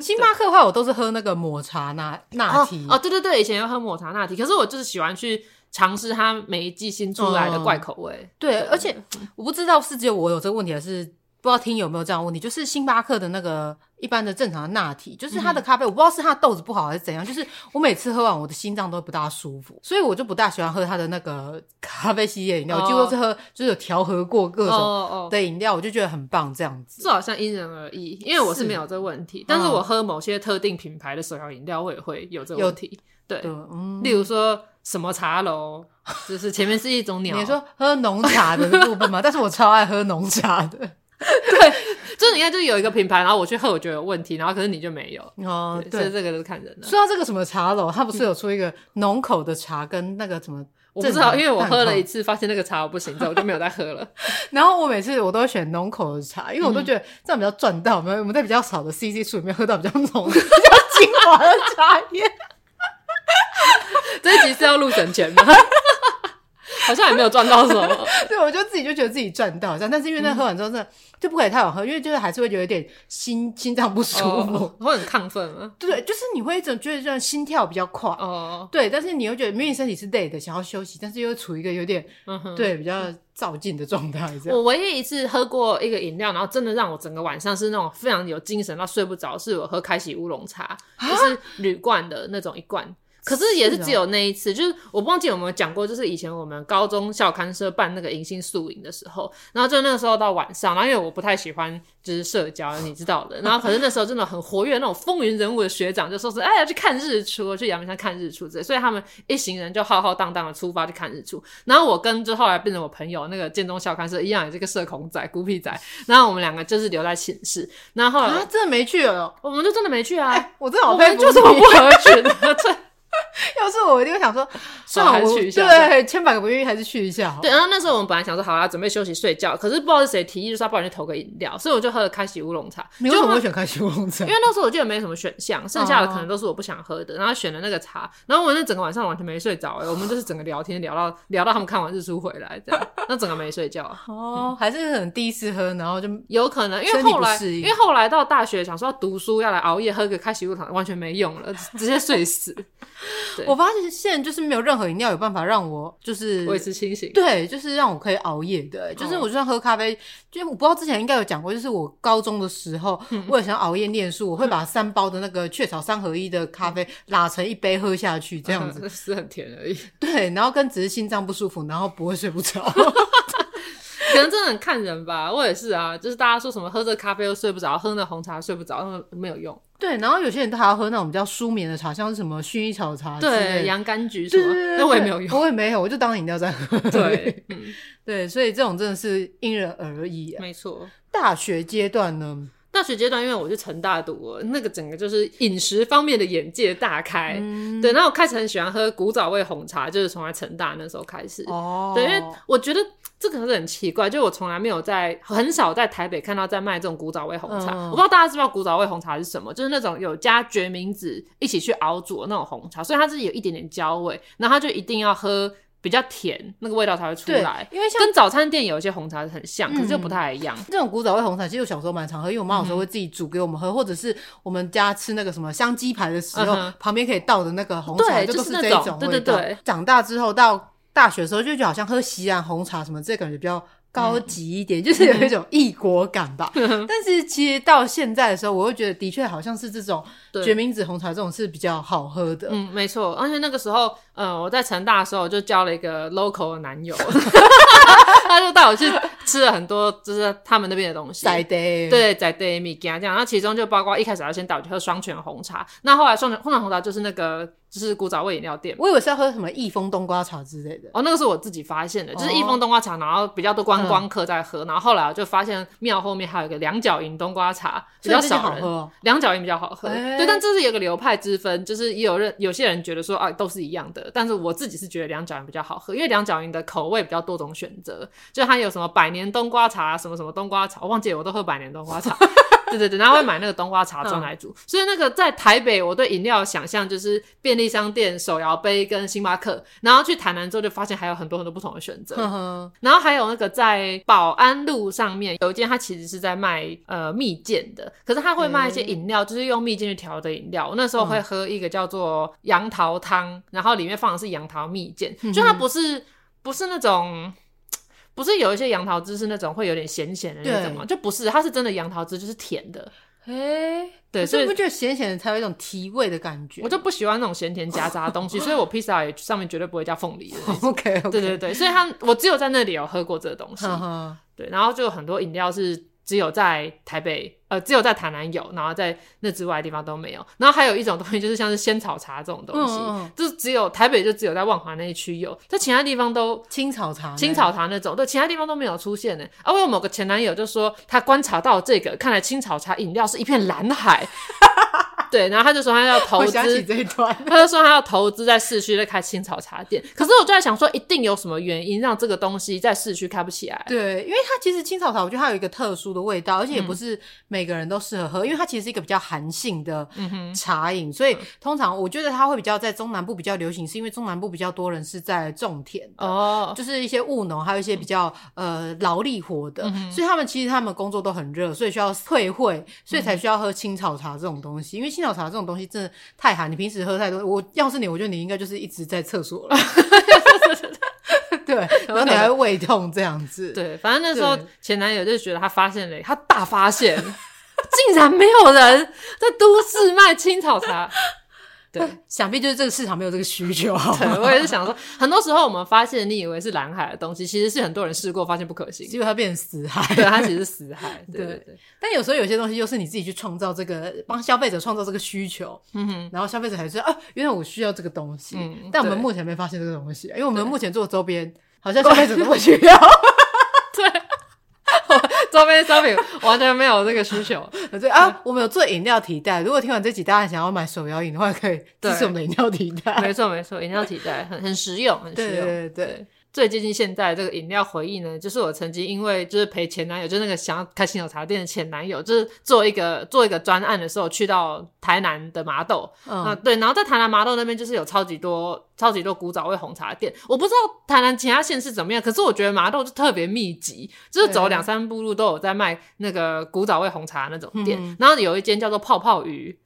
Speaker 3: 星巴克的话，我都是喝那个抹茶拿拿
Speaker 2: 哦
Speaker 3: 提。
Speaker 2: 哦，对对对，以前要喝抹茶拿铁，可是我就是喜欢去尝试它每一季新出来的怪口味。
Speaker 3: 嗯对，而且我不知道是只有我有这个问题，还是不知道听有没有这样的问题，就是星巴克的那个一般的正常的拿铁，就是它的咖啡，我不知道是它的豆子不好还是怎样，就是我每次喝完我的心脏都不大舒服，所以我就不大喜欢喝它的那个咖啡系列饮料，
Speaker 2: 哦
Speaker 3: 我几乎都是喝就是有调和过各
Speaker 2: 哦
Speaker 3: 种
Speaker 2: 哦，
Speaker 3: 的饮料，我就觉得很棒这样子。
Speaker 2: 这好像因人而异，因为我是没有这个问题，但是我喝某些特定品牌的手摇饮料，我也会有这个
Speaker 3: 嗯有
Speaker 2: 问题。对
Speaker 3: 对，嗯，
Speaker 2: 例如说什么茶楼，就是前面是一种鸟，
Speaker 3: 你说喝浓茶的部分嘛， 但是我超爱喝浓茶 的。
Speaker 2: 就是你看，就是有一个品牌，然后我去喝，我觉得有问题，然后可是你就没有，
Speaker 3: 哦，
Speaker 2: 对，所以
Speaker 3: 对。
Speaker 2: 这个就是看人了。
Speaker 3: 说到这个什么茶楼，它不是有出一个浓口的茶跟那个什么？
Speaker 2: 我不知道，因为我喝了一次，发现那个茶我不行，所以我就没有再喝 了。
Speaker 3: 然后我每次我都会选浓口的茶，因为我
Speaker 2: 嗯
Speaker 3: 都觉得这样比较赚到，我们、我们在比较少的 CC 数里面喝到比较浓、 比较精华的茶叶。
Speaker 2: 这一集是要录省钱吗？好像也没有赚到什么。
Speaker 3: 对，我就自己就觉得自己赚到这样，但是因为
Speaker 2: 嗯
Speaker 3: 那喝完之后真的就不可以太晚喝，因为就是还是会有一点心心脏不 舒服。
Speaker 2: 哦，我很亢奋啊。
Speaker 3: 对，就是你会总觉得这样心跳比较快。
Speaker 2: 哦，
Speaker 3: 对，但是你又觉得明明身体是累的，想要休息，但是又处于一个有点、
Speaker 2: 嗯哼。
Speaker 3: 对比较躁进的状态，这样。
Speaker 2: 我唯一一次喝过一个饮料，然后真的让我整个晚上是那种
Speaker 3: 啊
Speaker 2: 非常有精神到睡不着，是我喝开禧乌龙茶，就是铝罐的那种一罐。可是也是
Speaker 3: 是哦
Speaker 2: 只有那一次，就是我忘记有没有讲过，就是以前我们高中校刊社办那个迎新宿营的时候，然后就那个时候到晚上，然后因为我不太喜欢就是社交，你知道的，然后可是那时候真的很活跃，那种风云人物的学长就说是哎呀去看日出，去阳明山看日出之类，所以他们一行人就浩浩荡荡的出发去看日出，然后我跟就后来变成我朋友那个建中校刊社一样也是个社恐仔、孤僻仔，然后我们两个就是留在寝室，然后后来
Speaker 3: 啊，真的没去了。哎
Speaker 2: 我们就真的没去啊。
Speaker 3: 我真的好
Speaker 2: 我
Speaker 3: 佩
Speaker 2: 们
Speaker 3: 服
Speaker 2: 就这么
Speaker 3: 你
Speaker 2: 不合群啊的，对
Speaker 3: 要是我，我一定会想说，算
Speaker 2: 还
Speaker 3: 了，
Speaker 2: 是
Speaker 3: 我
Speaker 2: 去一下
Speaker 3: 对千百个不愿意，还是去一下好了。
Speaker 2: 对，然后那时候我们本来想说，好啦，啊准备休息睡觉，可是不知道是谁提议，就说不然去投个饮料，所以我就喝了开喜乌龙茶。
Speaker 3: 你为什么会选哦开心乌龙茶
Speaker 2: 因为？那时候我记得没什么选项，剩下的可能都是我不想喝的，然后选了那个茶，然后我那整个晚上完全没睡着、欸，我们就是整个聊天聊到聊到他们看完日出回来这样，那整个没睡 觉。
Speaker 3: 哦，还是很第一次喝，然后就
Speaker 2: 有可能，因为
Speaker 3: 身体
Speaker 2: 后来
Speaker 3: 不适应
Speaker 2: 因为后来到大学想说要读书要来熬夜喝个开喜乌龙茶，完全没用了，直接 睡死，对
Speaker 3: 我发现现在就是没有任何饮料有办法让我就是
Speaker 2: 维持清醒。
Speaker 3: 对，就是让我可以熬夜的、欸
Speaker 2: 哦
Speaker 3: 就是我就算喝咖啡，就我不知道之前应该有讲过，就是我高中的时候，
Speaker 2: 嗯
Speaker 3: 我也想熬夜念书，我会把三包的那个雀巢三合一的咖啡拉成一杯喝下去，这样子。
Speaker 2: 嗯 是很甜而已，
Speaker 3: 对，然后跟只是心脏不舒服，然后不会睡不 着。
Speaker 2: 可能真的很看人吧。我也是啊，就是大家说什么喝这咖啡又睡不着，喝那红茶睡不着，那没有用。
Speaker 3: 对，然后有些人都还要喝那种比较舒眠的茶，像是什么薰衣草茶啊之类
Speaker 2: 对，
Speaker 3: 的。
Speaker 2: 洋甘菊什
Speaker 3: 对对
Speaker 2: 么
Speaker 3: 对，对
Speaker 2: 那我也
Speaker 3: 对
Speaker 2: 没有用。
Speaker 3: 我也没有，我就当饮料在喝。
Speaker 2: 对，嗯，
Speaker 3: 对，所以这种真的是因人而异啊。
Speaker 2: 没错。
Speaker 3: 大学阶段呢，
Speaker 2: 嗯大学阶段，因为我去成大读了，那个整个就是饮食方面的眼界大开。
Speaker 3: 嗯
Speaker 2: 对，然后我开始很喜欢喝古早味红茶，就是从来成大那时候开始。
Speaker 3: 哦，
Speaker 2: 对，因为我觉得这个是很奇怪，就我从来没有在很少在台北看到在卖这种古早味红茶。
Speaker 3: 嗯
Speaker 2: 我不知道大家知不知道古早味红茶是什么，就是那种有加决明子一起去熬煮的那种红茶，所以它是有一点点焦味，然后它就一定要喝比较甜，那个味道才会出
Speaker 3: 对
Speaker 2: 来，。
Speaker 3: 因为像嗯
Speaker 2: 跟早餐店有一些红茶是很像，可是就不太一样。
Speaker 3: 这种古早味红茶，其实我小时候蛮常喝，因为我妈有时
Speaker 2: 嗯
Speaker 3: 候会自己煮给我们喝，或者是我们家吃那个什么香鸡排的时候，
Speaker 2: 嗯哼
Speaker 3: 旁边可以倒的那个红茶，
Speaker 2: 对
Speaker 3: 都
Speaker 2: 就是是
Speaker 3: 这一
Speaker 2: 那
Speaker 3: 种
Speaker 2: 种
Speaker 3: 味道。
Speaker 2: 对对对
Speaker 3: 长大之后到大学的时候，就觉得好像喝西兰红茶什么，这感觉比较。高级一
Speaker 2: 嗯
Speaker 3: 点，就是有一种异国感 吧。但是其实到现在的时候，我会觉得的确好像是这种
Speaker 2: 对
Speaker 3: 决明子红茶这种是比较好喝的。
Speaker 2: 嗯，没错，而且那个时候，呃，我在成大的时候就交了一个 local 的男友， 他就带我去吃了很多，就是他们那边的东西。
Speaker 3: 塞得，
Speaker 2: 对，在对米加这样，那其中就包括一开始要先带我去喝双泉红茶，那后来双泉双泉红茶就是那个就是古早味饮料店嘛。
Speaker 3: 我以为是要喝什么益丰冬瓜茶之类的。
Speaker 2: 哦，那个是我自己发现的，就是益
Speaker 3: 哦
Speaker 2: 丰冬瓜茶，然后比较多观光客在喝，然后后来我就发现庙后面还有一个两角银冬瓜茶，比
Speaker 3: 所以
Speaker 2: 较
Speaker 3: 这就
Speaker 2: 少
Speaker 3: 好
Speaker 2: 人
Speaker 3: 喝哦
Speaker 2: 两角银比较好喝，
Speaker 3: 哎
Speaker 2: 对，但这是有个流派之分，就是也有人有些人觉得说啊都是一样的，但是我自己是觉得两角银比较好喝，因为两角银的口味比较多种选择，就它有什么百年冬瓜茶，什么什么冬瓜茶，我忘记了，我都喝百年冬 瓜茶。对对对，然后会买那个冬瓜茶
Speaker 3: 嗯
Speaker 2: 装来煮，所以那个在台北，我对饮料的想象就是便利商店、手摇杯跟星巴克，然后去台南之后就发现还有很多很多不同的选择，
Speaker 3: 呵呵，
Speaker 2: 然后还有那个在保安路上面有一间，它其实是在卖呃蜜饯的，可是它会卖一些饮料，就是用蜜饯去调的饮料。我那时候会喝一个叫做杨桃汤，然后里面放的是杨桃蜜饯，就它不是不是那种。不是有一些杨桃汁是那种会有点咸咸的那种吗？就不是，它是真的杨桃汁，就是甜的。
Speaker 3: 哎，
Speaker 2: 对
Speaker 3: 可
Speaker 2: 所
Speaker 3: 是
Speaker 2: 以
Speaker 3: 不觉得咸咸的才有一种提味的感觉？
Speaker 2: 我就不喜欢那种咸甜夹杂的 东西，所以我披萨也上面绝对不会加凤梨的那种。
Speaker 3: OK，,
Speaker 2: 对对对，所以它我只有在那里有喝过这个东西。
Speaker 3: 哈哈，
Speaker 2: 对，然后就有很多饮料是只有在台北，呃，只有在台南有，然后在那之外的地方都没有。然后还有一种东西就是像是仙草茶这种东西，
Speaker 3: 嗯嗯嗯
Speaker 2: 就是只有台北就只有在万华那一区有，在其他地方都。
Speaker 3: 青草茶呢，
Speaker 2: 青草茶那种，对，其他地方都没有出现呢。啊，我有某个前男友就说他观察到这个，看来青草茶饮料是一片蓝 海。对，然后他就说他要投
Speaker 3: 我
Speaker 2: 资
Speaker 3: 想起这一 段，
Speaker 2: 他就说他要投资在市区在开青草茶店，可是我就在想说，一定有什么原因让这个东西在市区开不起来。
Speaker 3: 对，因为它其实青草茶，我觉得它有一个特殊的味道，而且也
Speaker 2: 嗯
Speaker 3: 不是每个人都适合喝，因为它其实是一个比较寒性的
Speaker 2: 嗯
Speaker 3: 茶饮，所以通常我觉得它会比较在中南部比较流行，是因为中南部比较多人是在种田的。
Speaker 2: 哦，
Speaker 3: 就是一些务农，还有一些比较、呃劳力活
Speaker 2: 嗯
Speaker 3: 的，所以他们其实他们工作都很热，所以需要退会，所以
Speaker 2: 嗯
Speaker 3: 才需要喝青草茶这种东西。因为青草茶这种东西真的太寒，你平时喝太多，我要是你，我觉得你应该就是一直在厕所了。 对，然 后你还会胃痛这样子。
Speaker 2: 对，反正那时候
Speaker 3: 对
Speaker 2: 前男友就觉得他发现了，他大 发现，竟然没有人在都市卖青草茶。对。
Speaker 3: 想必就是这个市场没有这个需求，好
Speaker 2: 对
Speaker 3: 吗，
Speaker 2: 我也是想说，很多时候我们发现你以为是蓝海的东西，其实是很多人试过发现不可行，
Speaker 3: 结果它变成死海。
Speaker 2: 对，它其实是死海。对对
Speaker 3: 对
Speaker 2: 对，
Speaker 3: 但有时候有些东西又是你自己去创造这个，帮消费者创造这个需求，
Speaker 2: 嗯哼，
Speaker 3: 然后消费者才知道啊，原来我需要这个东西。
Speaker 2: 嗯
Speaker 3: 但我们
Speaker 2: 对
Speaker 3: 目前没发现这个东西，因为我们
Speaker 2: 对
Speaker 3: 目前做周边，好像消费者都不需 要。
Speaker 2: 周边商品完全没有这个需求。
Speaker 3: 我说啊，我们有做饮料替代。如果听完这集，大家想要买手摇饮的话，可以支持我
Speaker 2: 对
Speaker 3: 们的饮料替代。
Speaker 2: 没错没错，饮料替代很很实用，很
Speaker 3: 对
Speaker 2: 实
Speaker 3: 对
Speaker 2: 用。
Speaker 3: 对对，
Speaker 2: 最接近现代这个饮料回忆呢，就是我曾经因为就是陪前男友，就是那个想要开心奶茶店的前男友，就是做一个做一个专案的时候，去到台南的麻豆，啊、
Speaker 3: 嗯，
Speaker 2: 对，然后在台南麻豆那边就是有超级多、超级多古早味红茶店。我不知道台南其他县市怎么样，可是我觉得麻豆就特别密集，就是走
Speaker 3: 对
Speaker 2: 两三步路都有在卖那个古早味红茶那种店。
Speaker 3: 嗯
Speaker 2: 然后有一间叫做泡泡鱼，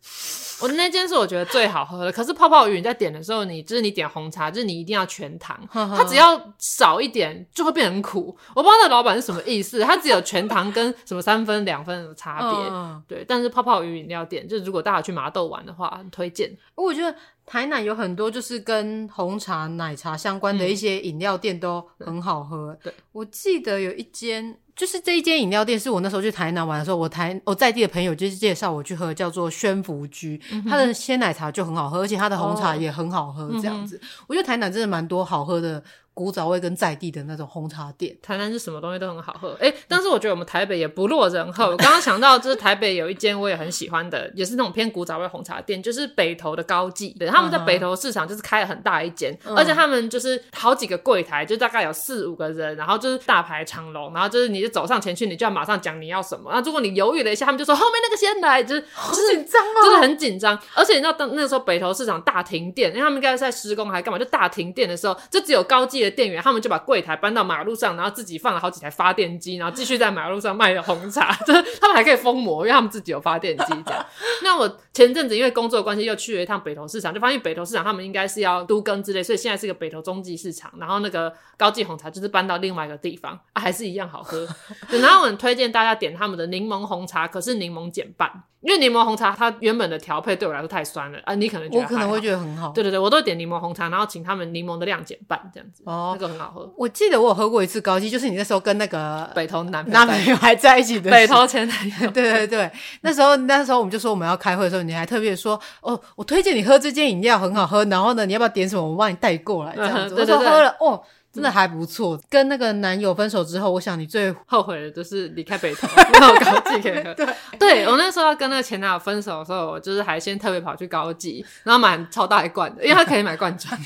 Speaker 2: 我那间是我觉得最好喝的。可是泡泡鱼你在点的时候，你就是你点红茶，就是你一定要全糖，它只要少一点就会变得很苦。我不知道那老板是什么意思，它只有全糖跟什么三分、两分的差别。
Speaker 3: 嗯嗯
Speaker 2: 对，但是泡泡鱼饮料店，就是如果大家去麻豆玩的话，很推荐。
Speaker 3: 我觉得台南有很多就是跟红茶、奶茶相关的一些饮料店都很好喝。
Speaker 2: 嗯对，
Speaker 3: 我记得有一间，就是这一间饮料店是我那时候去台南玩的时候，我台我在地的朋友就是介绍我去喝，叫做宣福居，它的鲜奶茶就很好喝，而且它的红茶
Speaker 2: 嗯哦
Speaker 3: 也很好喝，这样子。我觉得台南真的蛮多好喝的古早味跟在地的那种红茶店。
Speaker 2: 台南是什么东西都很好喝，哎、但是我觉得我们台北也不落人后。我刚刚想到，就是台北有一间我也很喜欢的，也是那种偏古早味红茶店，就是北投的高记。对，他们在
Speaker 3: 嗯哼嗯
Speaker 2: 北投市场就是开了很大一间，而且他们就是好几个柜台，就大概有四五个人，然后就是大排长龙，然后就是你就走上前去，你就要马上讲你要什么。那如果你犹豫了一下，他们就说后面那个先来，就是就是
Speaker 3: 紧张啊
Speaker 2: 真的！很紧张，而且你知道，当那时候北投市场大停电，因为他们应该是在施工还干嘛，就大停电的时候，就只有高级的店员，他们就把柜台搬到马路上，然后自己放了好几台发电机，然后继续在马路上卖红茶， 就是他们还可以疯魔，因为他们自己有发电机这样。 那我前阵子因为工作的关系又去了一趟北投市场，就发现北投市场他们应该是要都更之类，所以现在是一个北投中继市场，然后那个高级红茶就是搬到另外一个地方，啊、还是一样好喝。对然后我很推荐大家点他们的柠檬红茶，可是柠檬减半，因为柠檬红茶它原本的调配对我来说太酸了啊，你可能觉
Speaker 3: 我
Speaker 2: 得
Speaker 3: 可能会觉
Speaker 2: 得。
Speaker 3: 得很好。
Speaker 2: 对对对，我都点柠檬红茶，然后请他们柠檬的量减半，这样子，
Speaker 3: 哦
Speaker 2: 那个很好喝。
Speaker 3: 我记得我有喝过一次高级，就是你那时候跟那个
Speaker 2: 北投男朋友
Speaker 3: 男朋友还在一起的
Speaker 2: 北
Speaker 3: 时候
Speaker 2: 投前男友，
Speaker 3: 对对对，那时候那时候我们就说我们要开会的时候，你还特别说哦，我推荐你喝这间饮料很好喝，然后呢，你要不要点什么，我帮你带过 来这样
Speaker 2: 嗯
Speaker 3: 子。
Speaker 2: 对对
Speaker 3: 我
Speaker 2: 对
Speaker 3: 说喝了哦，真的还不错。跟那个男友分手之后，我想你最
Speaker 2: 后悔的就是离开北投，没有高级可以喝。对，我那时候要跟那个前男友分手的时候，我就是还先特别跑去高级，然后买超大一罐的，因为他可以买罐装，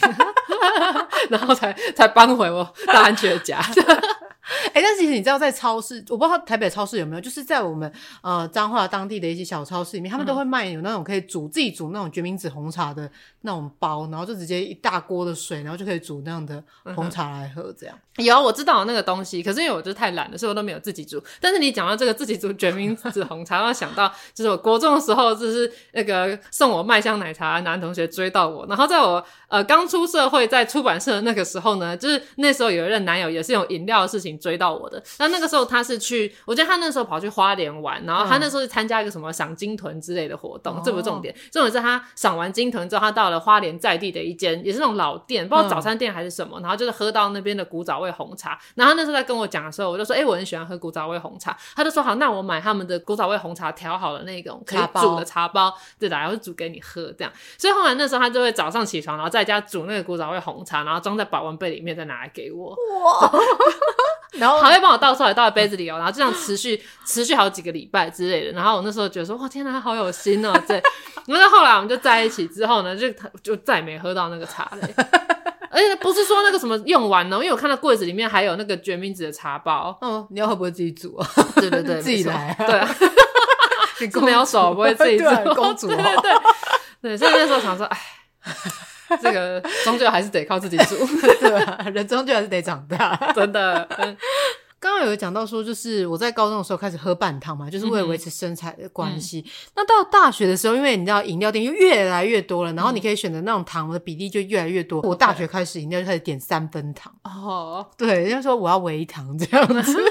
Speaker 2: 然后才才搬回我大安区的家。
Speaker 3: 哎，但是其实你知道，在超市，我不知道台北超市有没有，就是在我们呃彰化当地的一些小超市里面，
Speaker 2: 嗯
Speaker 3: 他们都会卖有那种可以煮自己煮那种决明子红茶的那种包，然后就直接一大锅的水，然后就可以煮那样的
Speaker 2: 嗯
Speaker 3: 红茶来喝，这样。
Speaker 2: 有啊我知道那个东西，可是因为我就是太懒了，所以我都没有自己煮。但是你讲到这个自己煮决明子红茶，让我想到就是我国中的时候，就是那个送我麦香奶茶的男同学追到我，然后在我呃刚出社会在出版社的那个时候呢， 就是那时候有一任男友也是用饮料的事情追到我的。那那个时候他是去，我觉得他那时候跑去花莲玩，然后他那时候是参加一个什么赏金豚之类的活动，
Speaker 3: 哦
Speaker 2: 这不是重点，重点是他赏完金豚之后，他到了花莲在地的一间也是那种老店，不知道
Speaker 3: 嗯
Speaker 2: 早餐。饭店还是什么，然后就是喝到那边的古早味红茶。然后他那时候在跟我讲的时候，我就说：“哎、我很喜欢喝古早味红茶。”他就说：“好，那我买他们的古早味红茶调好了那种可以
Speaker 3: 茶包
Speaker 2: 煮的茶包，对的，然后煮给你喝这样。”所以后来那时候他就会早上起床，然后在家煮那个古早味红茶，然后装在保温杯里面，再拿来给我，
Speaker 3: 然后，
Speaker 2: 还会帮我倒出来倒在杯子里哦。然后就这样持续持续好几个礼拜之类的。然后我那时候觉得说：“哇，天哪，他好有心哦！”对。然后后来我们就在一起之后呢，就他就再也没喝到那个茶嘞。而且不是说那个什么用完哦了，因为我看到柜子里面还有那个决明子的茶包
Speaker 3: 哦，你要会不会自己煮啊？
Speaker 2: 对对对，
Speaker 3: 自己
Speaker 2: 没错
Speaker 3: 来啊
Speaker 2: 对啊，
Speaker 3: 你
Speaker 2: 是没有手不会自己
Speaker 3: 对
Speaker 2: 做，
Speaker 3: 公主
Speaker 2: 对
Speaker 3: 哦
Speaker 2: 对对对，所以那时候想说，哎，这个终究还是得靠自己煮，
Speaker 3: 对啊，人终究还是得长大。
Speaker 2: 真的，嗯
Speaker 3: 刚刚有讲到说，就是我在高中的时候开始喝半糖嘛，就是
Speaker 2: 嗯
Speaker 3: 为了维持身材的关系。那到大学的时候，因为你知道饮料店又越来越多了，然
Speaker 2: 嗯
Speaker 3: 后你可以选择那种糖的比例就越来越多。我大学开始饮料就开始点三分糖，
Speaker 2: 哦，
Speaker 3: 对，就是说我要微糖这样
Speaker 2: 嗯
Speaker 3: 子，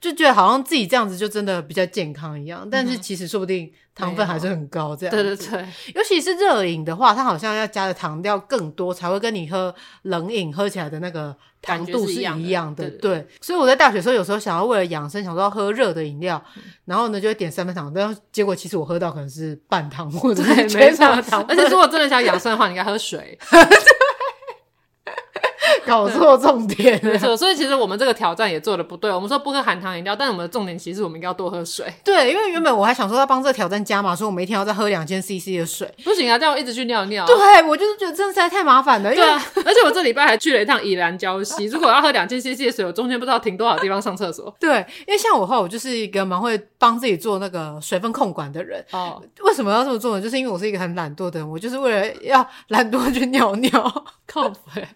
Speaker 3: 就觉得好像自己这样子就真的比较健康一样。但是其实说不定糖分还是很高，这样
Speaker 2: 对对
Speaker 3: 子
Speaker 2: 对，
Speaker 3: 尤其是热饮的话，它好像要加的糖料更多，才会跟你喝冷饮喝起来的那个糖度是
Speaker 2: 感觉是
Speaker 3: 一
Speaker 2: 一样
Speaker 3: 样
Speaker 2: 的
Speaker 3: 的。
Speaker 2: 对
Speaker 3: 对，所以我在大学的时候，有时候想要为了养生，想说要喝热的饮料，
Speaker 2: 嗯
Speaker 3: 然后呢就会点三分糖，但结果其实我喝到可能是半糖或者
Speaker 2: 对，
Speaker 3: 是
Speaker 2: 没
Speaker 3: 全
Speaker 2: 错
Speaker 3: 糖的糖。，
Speaker 2: 而且如果真的想养生的话，你应该喝水。
Speaker 3: 搞错重点
Speaker 2: 没
Speaker 3: 了。
Speaker 2: 错，所以其实我们这个挑战也做的不对。我们说不喝含糖饮料，但我们的重点其实我们应该要多喝水。
Speaker 3: 对，因为原本我还想说要帮这个挑战加码，说我每天要再喝两千 CC 的水。
Speaker 2: 不行啊，这样我一直去尿尿。
Speaker 3: 对，我就是觉得真的实在太麻烦了，因
Speaker 2: 对
Speaker 3: 为
Speaker 2: 啊，而且我这礼拜还去了一趟宜兰礁溪，如果要喝两千 CC 的水，我中间不知道停多少地方上厕所。
Speaker 3: 对，因为像我的话，我就是一个蛮会帮自己做那个水分控管的人。
Speaker 2: 哦，
Speaker 3: 为什么要这么做呢？就是因为我是一个很懒惰的人，我就是为了要懒惰去尿尿，
Speaker 2: 靠北，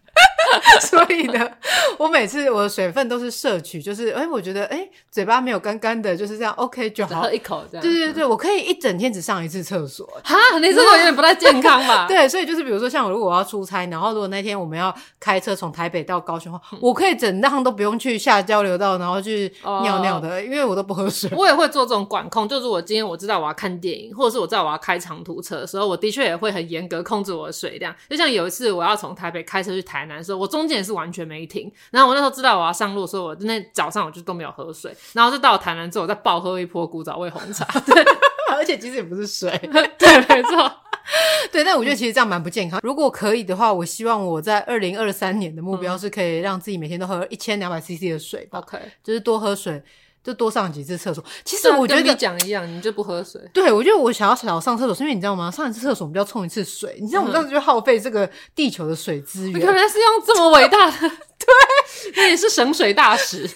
Speaker 3: 所以呢，我每次我的水分都是摄取，就是哎、我觉得哎、嘴巴没有干干的，就是这样 OK 就
Speaker 2: 只
Speaker 3: 好
Speaker 2: 喝。一口这样。
Speaker 3: 对对对，我可以一整天只上一次厕所，
Speaker 2: 哈，你这个有点不太健康 吧？
Speaker 3: 对，所以就是比如说，像我如果我要出差，然后如果那天我们要开车从台北到高雄的
Speaker 2: 嗯
Speaker 3: 话，我可以整趟都不用去下交流道，然后去
Speaker 2: 哦
Speaker 3: 尿尿的，因为我都不喝 水。
Speaker 2: 我也会做这种管控，就是我今天我知道我要看电影，或者是我知道我要开长途车的时候，我的确也会很严格控制我的水量。就像有一次我要从台北开车去台南的时候，我中间也是完全没停。然后我那时候知道我要上路，所以我那早上我就都没有喝水，然后就到了台南之后，我再暴喝一波古早味红茶。
Speaker 3: 而且其实也不是水。
Speaker 2: 对，没错，
Speaker 3: 对，但我觉得其实这样蛮不健
Speaker 2: 嗯
Speaker 3: 康。如果可以的话，我希望我在二零二三年的目
Speaker 2: 嗯
Speaker 3: 标是可以让自己每天都喝一千两百 CC 的水吧，
Speaker 2: OK。
Speaker 3: 就是多喝水，就多上几次厕所。其实
Speaker 2: 这
Speaker 3: 我觉
Speaker 2: 啊跟你
Speaker 3: 得。
Speaker 2: 讲一样，你就不 喝水。
Speaker 3: 对，我觉得我想要少上厕所，是因为你知道吗？上一次厕所我们就要冲一次水，你知道我们这样子就耗费这个地球的水资
Speaker 2: 嗯你
Speaker 3: 源。
Speaker 2: 可能是用这么伟大的， 对，那也是省水大使。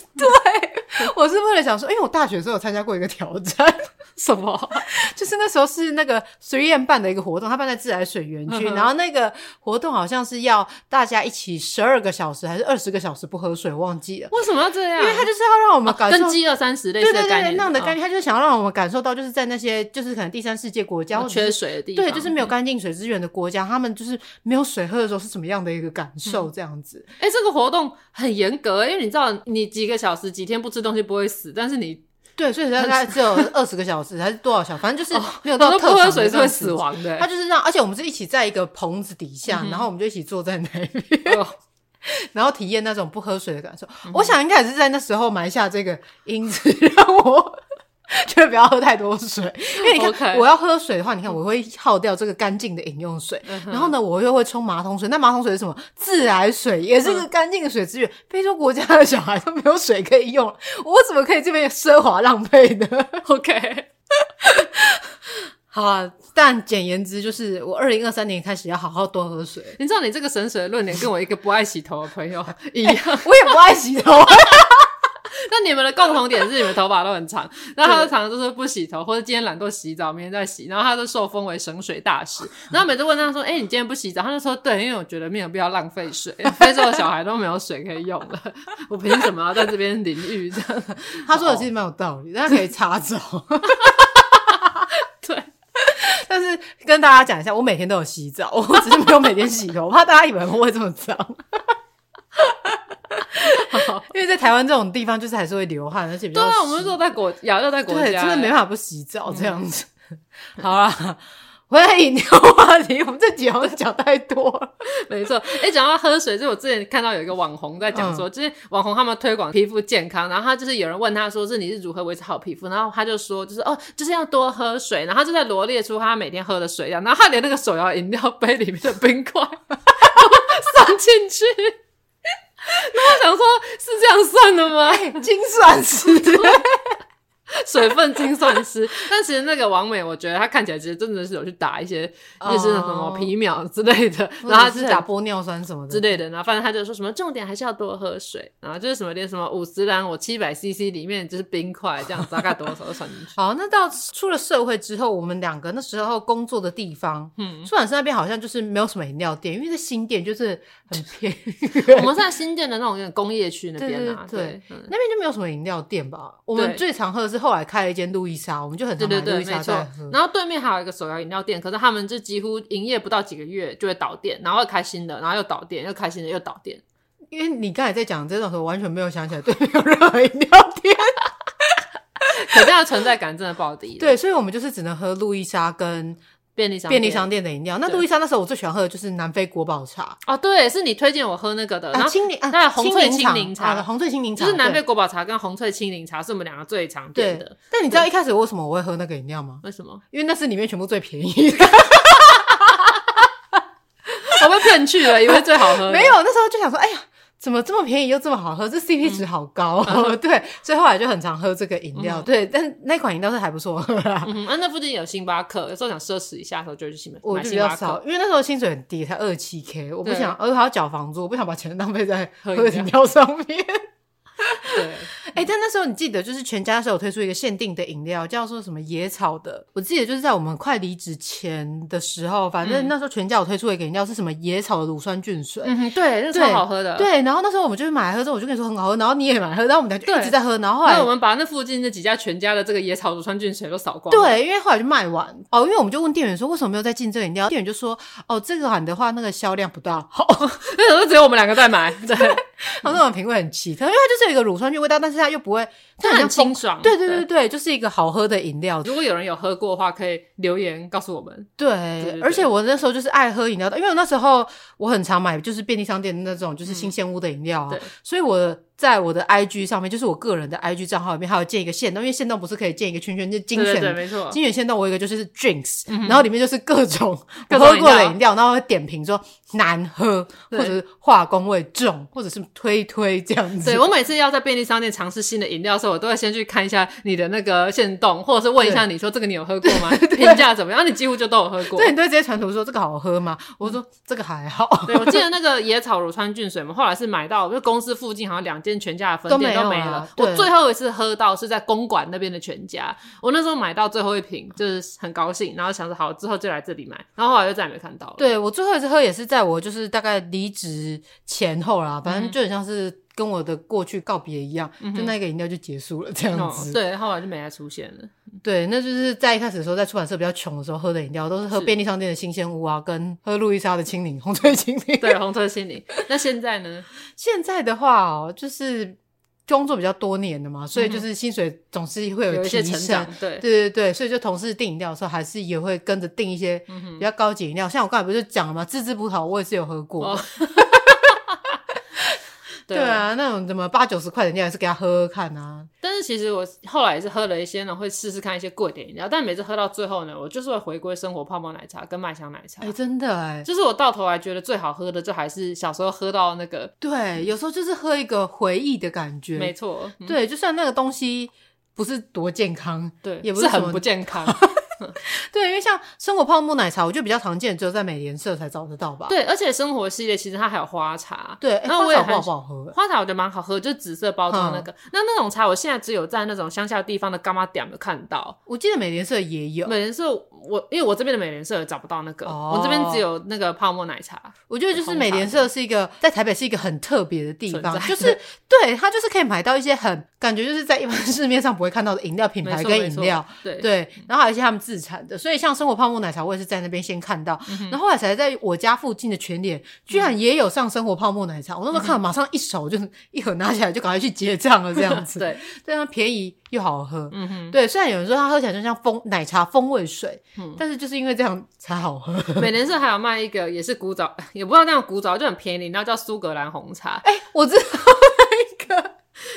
Speaker 3: 我是为了想说，因为我大学的时候有参加过一个挑战，
Speaker 2: 什么？
Speaker 3: 就是那时候是那个随燕办的一个活动，他办在自来水园区，
Speaker 2: 嗯哼
Speaker 3: 然后那个活动好像是要大家一起十二个小时还是二十个小时不喝水，忘记了，
Speaker 2: 为什么要这样？
Speaker 3: 因为他就是要让我们感受。
Speaker 2: 跟饥饿三十类
Speaker 3: 对
Speaker 2: 似
Speaker 3: 对
Speaker 2: 的
Speaker 3: 对
Speaker 2: 概
Speaker 3: 对，
Speaker 2: 念，
Speaker 3: 那样的
Speaker 2: 哦
Speaker 3: 概念，他就是想要让我们感受到，就是在那些就是可能第三世界国家或者
Speaker 2: 哦缺
Speaker 3: 是
Speaker 2: 水的地方，嗯
Speaker 3: 对，就是没有干净水资源的国家，他们就是没有水喝的时候是什么样的一个感受，这样子。
Speaker 2: 哎、这个活动很严格，因为你知道，你几个小时、几天不吃东西不会死，但是你
Speaker 3: 对，所以大概只有二十个小时还是多少小时，反正就是没有
Speaker 2: 哦
Speaker 3: 到
Speaker 2: 都 不
Speaker 3: 特长
Speaker 2: 喝
Speaker 3: 的
Speaker 2: 水
Speaker 3: 这
Speaker 2: 是
Speaker 3: 段
Speaker 2: 会
Speaker 3: 时
Speaker 2: 死
Speaker 3: 间
Speaker 2: 亡 的、
Speaker 3: 他就是让，而且我们是一起在一个棚子底下，然后我们就一起坐在那里，
Speaker 2: 哎呦
Speaker 3: 然后体验那种不喝水的感受。我想应该也是在那时候埋下这个因子， 让我觉得不要喝太多水，因为你看
Speaker 2: OK
Speaker 3: 我要喝水的话，你看我会耗掉这个干净的饮用水，
Speaker 2: 嗯
Speaker 3: 然后呢，我又会冲马桶水。那马桶水是什么？自来水，也是个干净的水资源。非洲国家的小孩都没有水可以用，我怎么可以这边奢华浪费呢？
Speaker 2: ，OK，
Speaker 3: 好啊，但简言之，就是我二零二三年开始要好好多喝水。
Speaker 2: 你知道你这个神水的论点跟我一个不爱洗头的朋 友一样，
Speaker 3: 我也不爱洗头，
Speaker 2: 那你们的共同点是你们头发都很长，然后他常常都是不洗头，或者今天懒惰洗澡，明天再洗，然后他就受封为省水大使。然后每次问他说：“哎、你今天不洗澡？”他就说：“对，因为我觉得没有必要浪费水，非洲的小孩都没有水可以用了， 我凭什么要在这边淋浴？”这样
Speaker 3: 他
Speaker 2: 哦
Speaker 3: 说的其实蛮有道理，大家可以擦澡。
Speaker 2: 对。
Speaker 3: 但是跟大家讲一下，我每天都有洗澡，我只是没有每天洗头，我怕大家以为我会这么脏。因为在台湾这种地方，就是还是会流汗，而且比较
Speaker 2: 对啊，
Speaker 3: 湿
Speaker 2: 我们都在国亚热带国
Speaker 3: 对
Speaker 2: 家，
Speaker 3: 真的没
Speaker 2: 欸嗯
Speaker 3: 办法不洗澡这样子。好啦，回来饮料话题，我们这集好像讲太多了。
Speaker 2: 没错。哎、讲到喝水，就我之前看到有一个网红在讲说，就是网红他们推广皮肤健康，然后他就是有人问他说是你是如何维持好皮肤，然后他就说就是哦，就是要多喝水，然后他就在罗列出他每天喝的水量，然后他连那个手摇饮料杯里面的冰块送进去。那我想说，是这样算的吗？
Speaker 3: 哎精算师，
Speaker 2: 水分精算师，但其实那个王美，我觉得她看起来其实真的是有去打一些，就是那种什么皮秒之类的，然后她
Speaker 3: 是
Speaker 2: 很
Speaker 3: 打玻尿酸什么的。
Speaker 2: 之类的，然后反正他就说什么重点还是要多喝水，然后就是什么连什么五十兰我七百 CC 里面就是冰块这样子，大概多少都算进去
Speaker 3: 好，那到出了社会之后，我们两个那时候工作的地方，嗯，出版社那边好像就是没有什么饮料店，因为是新店，就是很 偏
Speaker 2: 我
Speaker 3: 远，
Speaker 2: 们在新店的那种有点工业区那边啊，
Speaker 3: 对对
Speaker 2: 对嗯
Speaker 3: 那边就没有什么饮料店吧。我们
Speaker 2: 对
Speaker 3: 最常喝的是后来开了一间路易莎，我们就很
Speaker 2: 对
Speaker 3: 常
Speaker 2: 对
Speaker 3: 买
Speaker 2: 对，
Speaker 3: 路易莎
Speaker 2: 没
Speaker 3: 在
Speaker 2: 错
Speaker 3: 喝。。
Speaker 2: 然后对面还有一个手摇饮料店，可是他们就几乎营业不到几个月就会倒店，然后又开新的，然后又倒店，又开新的，又倒店。
Speaker 3: 因为你刚才在讲这种时候，我完全没有想起来对面有任何饮料店，
Speaker 2: 可这样的存在感真的爆 低。，
Speaker 3: 对，所以我们就是只能喝路易莎跟
Speaker 2: 便利商
Speaker 3: 便利
Speaker 2: 店
Speaker 3: 商店的饮料。那
Speaker 2: 对
Speaker 3: 路易莎那时候我最喜欢喝的就是南非国宝茶，
Speaker 2: 哦，对，是你推荐我喝那个的，呃然
Speaker 3: 啊，
Speaker 2: 后
Speaker 3: 青柠啊，
Speaker 2: 那红
Speaker 3: 青
Speaker 2: 翠
Speaker 3: 柠
Speaker 2: 青柠茶
Speaker 3: 啊红翠青柠茶
Speaker 2: 就是南非
Speaker 3: 对
Speaker 2: 国宝茶跟红翠青柠茶是我们两个最常点
Speaker 3: 对
Speaker 2: 的。。
Speaker 3: 但你知道一开始为什么我会喝那个饮料吗？
Speaker 2: 为什么？
Speaker 3: 因为那是里面全部最便宜的，
Speaker 2: 我被骗去了，以为最好喝 的。
Speaker 3: 没有那时候就想说，哎呀。怎么这么便宜又这么好喝？这 CP 值好高、哦，
Speaker 2: 嗯
Speaker 3: 对，所以后来就很常喝这个饮料，对，但那款饮料是还不错喝啦，
Speaker 2: 嗯哼，啊，那附近有星巴克，有时候想奢侈一下的时候就会去星巴
Speaker 3: 我
Speaker 2: 买
Speaker 3: 就比
Speaker 2: 星
Speaker 3: 较
Speaker 2: 巴
Speaker 3: 少，
Speaker 2: 克。
Speaker 3: 因为那时候薪水很低，才二七 K，我不
Speaker 2: 对
Speaker 3: 想，而且还要缴房租，我不想把钱浪费在喝
Speaker 2: 喝饮
Speaker 3: 饮料上面。
Speaker 2: 对，
Speaker 3: 哎、但那时候你记得，就是全家那时候有推出一个限定的饮料，叫做什么野草的。我记得就是在我们快离职前的时候，反正那时候全家有推出一个饮料是什么野草的乳酸菌水。
Speaker 2: 嗯哼，对，那
Speaker 3: 对
Speaker 2: 超好喝的。，
Speaker 3: 对，然后那时候我们就是买来喝之后，我就跟你说很好喝，然后你也买来喝，然后我们俩就一
Speaker 2: 对
Speaker 3: 直在喝，然后后来
Speaker 2: 那我们把那附近那几家全家的这个野草乳酸菌水都扫光。，
Speaker 3: 对，因为后来就卖完哦，因为我们就问店员说为什么没有在进这个饮料，店员就说哦这个款的话那个销量不大 好，
Speaker 2: 那时候只有我们两个在买，对，
Speaker 3: 他们那种品味很奇特，因为它就是有一个乳酸菌味道，但是它又不会，它
Speaker 2: 它
Speaker 3: 很像
Speaker 2: 很清
Speaker 3: 风。
Speaker 2: 爽。
Speaker 3: 对对对对，就是一个好喝的饮料。
Speaker 2: 如果有人有喝过的话，可以留言告诉我们。
Speaker 3: 对，
Speaker 2: 对
Speaker 3: 而且我那时候就是爱喝饮料的，因为我那时候我很常买就是便利商店的那种就是新鲜屋的饮料啊，
Speaker 2: 对
Speaker 3: 所以我在我的 IG 上面，就是我个人的 IG 账号里面，还有建一个线动，因为线动不是可以建一个圈圈，就精
Speaker 2: 对
Speaker 3: 选
Speaker 2: 对对，没错。
Speaker 3: 精选线动，我有一个就是 drinks，、然后里面就是嗯 各种
Speaker 2: 各
Speaker 3: 我
Speaker 2: 种
Speaker 3: 喝
Speaker 2: 饮料
Speaker 3: 过的饮料，然后会点评说难喝，或
Speaker 2: 对
Speaker 3: 者是化工味重，或者是推推这样子。
Speaker 2: 对我每次要在便利商店尝试新的饮料的时候，我都会先去看一下你的那个线动，或者是问一下你说这个你有喝过 吗？评价怎么样？你几乎就都有喝过。
Speaker 3: 对，你都会直接传图说这个好喝吗？我说这个还好，
Speaker 2: 对，我记得那个野草乳川菌水嘛，后来是买到，就公司附近好像两间全家的分店
Speaker 3: 都没有
Speaker 2: 都没
Speaker 3: 啊
Speaker 2: 了。
Speaker 3: 对
Speaker 2: 我最后一次喝到是在公馆那边的全家，我那时候买到最后一瓶，就是很高兴，然后想说好之后就来这里买，然后后来就再也没看到了。，
Speaker 3: 对我最后一次喝也是在我就是大概离职前后啦，反正就很像是跟我的过去告别一样，就那个饮料就结束了这样
Speaker 2: 哦
Speaker 3: 子。，
Speaker 2: 对，后来就没再出现了。
Speaker 3: 对，那就是在一开始的时候，在出版社比较穷的时候喝的饮料，都是喝
Speaker 2: 是
Speaker 3: 便利商店的新鲜屋啊，跟喝路易莎的青柠、红翠青柠。
Speaker 2: 对，红色心灵。那现在 呢？
Speaker 3: 现在的话哦，就是工作比较多年了嘛，所以就是薪水总是会
Speaker 2: 嗯有一些
Speaker 3: 提
Speaker 2: 成
Speaker 3: 升
Speaker 2: 长。，对，
Speaker 3: 对对对，所以就同事订饮料的时候，还是也会跟着订一些
Speaker 2: 嗯
Speaker 3: 比较高级饮料。像我刚才不是讲了吗？自制葡萄我也是有喝过，
Speaker 2: 哦
Speaker 3: 对啊，那种什么八九十块的饮料，还是给他喝喝看啊。
Speaker 2: 但是其实我后来也是喝了一些呢，会试试看一些贵点饮料，但每次喝到最后呢，我就是会回归生活泡沫奶茶跟麦香奶茶。
Speaker 3: 哎、真的哎、
Speaker 2: 就是我到头来觉得最好喝的，就还是小时候喝到那个，
Speaker 3: 对，有时候就是喝一个回忆的感觉。
Speaker 2: 嗯没错，嗯
Speaker 3: 对，就算那个东西不是多健康，
Speaker 2: 对，
Speaker 3: 也不
Speaker 2: 是
Speaker 3: 什么
Speaker 2: 很不 健康。
Speaker 3: 对，因为像生活泡沫奶茶，我觉得比较常见，只有在美联社才找得到吧。
Speaker 2: 对，而且生活系列其实它还有花茶，
Speaker 3: 对，哎
Speaker 2: 那
Speaker 3: 花
Speaker 2: 我也
Speaker 3: 草不好嗯
Speaker 2: 很
Speaker 3: 不好喝、
Speaker 2: 花茶我觉得蛮好喝，就是紫色包装那个。那那种茶我现在只有在那种乡下地方的干妈店有看到，
Speaker 3: 我记得美联社也有，
Speaker 2: 美联社我因为我这边的美联社找不到那个，
Speaker 3: 哦
Speaker 2: 我这边只有那个泡沫奶茶。
Speaker 3: 我觉得就是
Speaker 2: 红
Speaker 3: 美
Speaker 2: 茶
Speaker 3: 联社是一个在台北是一个很特别的地方，
Speaker 2: 存在
Speaker 3: 就是对它就是可以买到一些很感觉就是在一般市面上不会看到的饮料品
Speaker 2: 没
Speaker 3: 牌
Speaker 2: 错
Speaker 3: 跟
Speaker 2: 没
Speaker 3: 饮
Speaker 2: 错
Speaker 3: 料，
Speaker 2: 对
Speaker 3: 对，然后还有一些他们自产的，所以像生活泡沫奶茶，我也是在那边先看到，
Speaker 2: 嗯
Speaker 3: 然后后来才在我家附近的全联，居然也有上生活泡沫奶茶。我
Speaker 2: 嗯
Speaker 3: 那时候看了，马上一手就一盒拿起来，就赶快去结账了，这样子。
Speaker 2: 对，
Speaker 3: 对啊，便宜又好喝。嗯哼，对，虽然有人说它喝起来就像风奶茶风味水，
Speaker 2: 嗯
Speaker 3: 但是就是因为这样才好喝。
Speaker 2: 美联社还有卖一个也是古早， 也不知道那样古早就很便宜，饮料叫苏格兰红茶。
Speaker 3: 哎、我知道那个。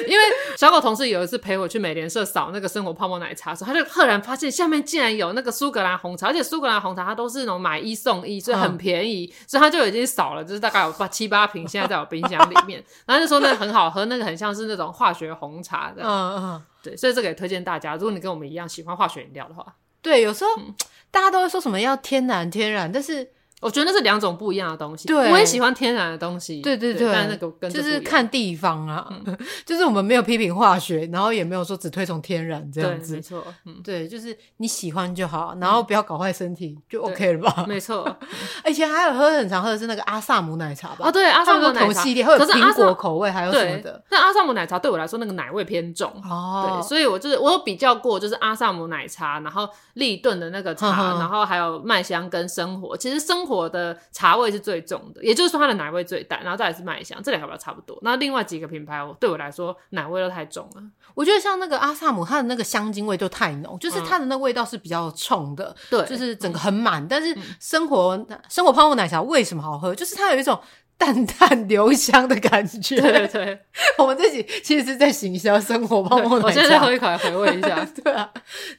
Speaker 2: 因为小狗同事有一次陪我去美联社扫那个生活泡沫奶茶的时候，他就赫然发现下面竟然有那个苏格兰红茶，而且苏格兰红茶它都是那种买一送一，所以很便宜，所以他就已经扫了，就是大概有八七八瓶，现在在我冰箱里面。然后就说那个很好喝，那个很像是那种化学红茶的，
Speaker 3: 嗯嗯，
Speaker 2: 对，所以这个也推荐大家，如果你跟我们一样喜欢化学饮料的话，
Speaker 3: 对，有时候、
Speaker 2: 嗯
Speaker 3: 大家都会说什么要天然天然，但是
Speaker 2: 我觉得那是两种不一样的东西。
Speaker 3: 对
Speaker 2: 我也喜欢天然的东西，
Speaker 3: 对对
Speaker 2: 对但那个跟这
Speaker 3: 就
Speaker 2: 不一
Speaker 3: 是
Speaker 2: 样嗯
Speaker 3: 看地方啊， 就是我们没有批评化学，然后也没有说只推崇天然这
Speaker 2: 对，
Speaker 3: 样子
Speaker 2: 没。错，嗯，
Speaker 3: 对，就是你喜欢就好，然后不要搞坏身体，就 OK 了 吧？
Speaker 2: 没错。
Speaker 3: 以前还有喝很常喝的是那个阿萨姆奶茶吧？
Speaker 2: 哦，对，阿
Speaker 3: 他
Speaker 2: 萨
Speaker 3: 们
Speaker 2: 姆
Speaker 3: 都
Speaker 2: 奶
Speaker 3: 同
Speaker 2: 茶
Speaker 3: 系列，会有
Speaker 2: 可是阿
Speaker 3: 苹
Speaker 2: 萨
Speaker 3: 果口味，还有什么
Speaker 2: 对
Speaker 3: 的。，
Speaker 2: 但阿萨姆奶茶对我来说那个奶味偏重。
Speaker 3: 哦
Speaker 2: 对，，所以我就是我有比较过，就是阿萨姆奶茶，然后立顿的那个
Speaker 3: 哼
Speaker 2: 茶，
Speaker 3: 哼
Speaker 2: 然后还有麦香跟生活。其实生火的茶味是最重的，也就是说它的奶味最淡，然后再来是麦香，这两个比较差不多。那另外几个品牌，我对我来说奶味都太重了。
Speaker 3: 我觉得像那个阿萨姆，它的那个香精味就太浓，就是
Speaker 2: 嗯
Speaker 3: 它的那味道是比较冲的，
Speaker 2: 对，嗯
Speaker 3: 就是整个很满。但是生活、生活泡沫奶茶为什么好喝？就是它有一种淡淡留香的感
Speaker 2: 对
Speaker 3: 觉。
Speaker 2: 对对，
Speaker 3: 我们这集其实是在行销生活泡沫奶茶。
Speaker 2: 我现在 再喝一口来回味一下。嗯
Speaker 3: 对啊，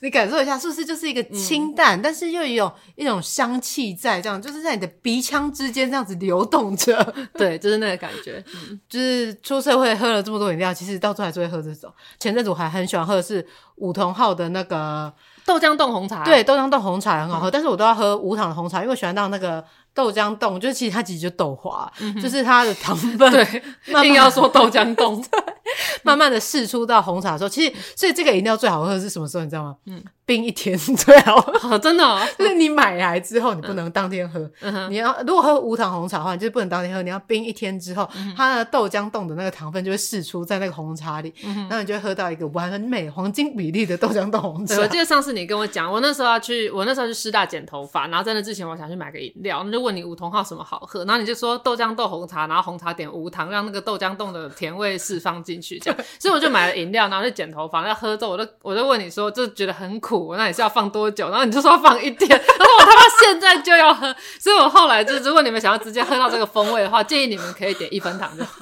Speaker 3: 你感受一下，是不是就是一个清淡，但是又有一种香气在，这样就是在你的鼻腔之间这样子流动着。
Speaker 2: 对，就是那个感觉。
Speaker 3: 嗯就是出社会喝了这么多饮料，其实到最后还是会喝这种。前阵子我还很喜欢喝的是五桐号的那个
Speaker 2: 豆浆冻红茶，嗯
Speaker 3: 对，豆浆冻红茶也很好喝，但是我都要喝无糖的红茶，因为我喜欢到那个豆浆冻，就是其实它其实就豆花，就是它的糖分
Speaker 2: 嗯对，
Speaker 3: 慢慢
Speaker 2: 硬要说豆浆冻，
Speaker 3: 慢慢的释出到红茶的时候，其实所以这个饮料最好喝的是什么时候，你知道吗？嗯，冰一天 最好喝。
Speaker 2: 哦真的哦，
Speaker 3: 就是你买来之后，你不能当天喝，
Speaker 2: 嗯哼
Speaker 3: 你要如果喝无糖红茶的话，你就是不能当天喝，你要冰一天之后，
Speaker 2: 嗯
Speaker 3: 它的豆浆冻的那个糖分就会释出在那个红茶里，
Speaker 2: 嗯
Speaker 3: 然后你就会喝到一个完美黄金比例的豆浆冻红茶
Speaker 2: 对，。我记得上次你跟我讲，我那时候要去，我那时候去师大剪头发，然后在那之前我想去买个饮料，那就问你梧桐号什么好喝，然后你就说豆浆豆红茶，然后红茶点无糖，让那个豆浆冻的甜味释放进去，这样，所以我就买了饮料，然后去剪头发，那喝之后我就我就问你说，就觉得很苦，那你是要放多久？然后你就说要放一天， 然后我他妈现在就要喝，所以我后来就是如果你们想要直接喝到这个风味的话，建议你们可以点一分糖就好，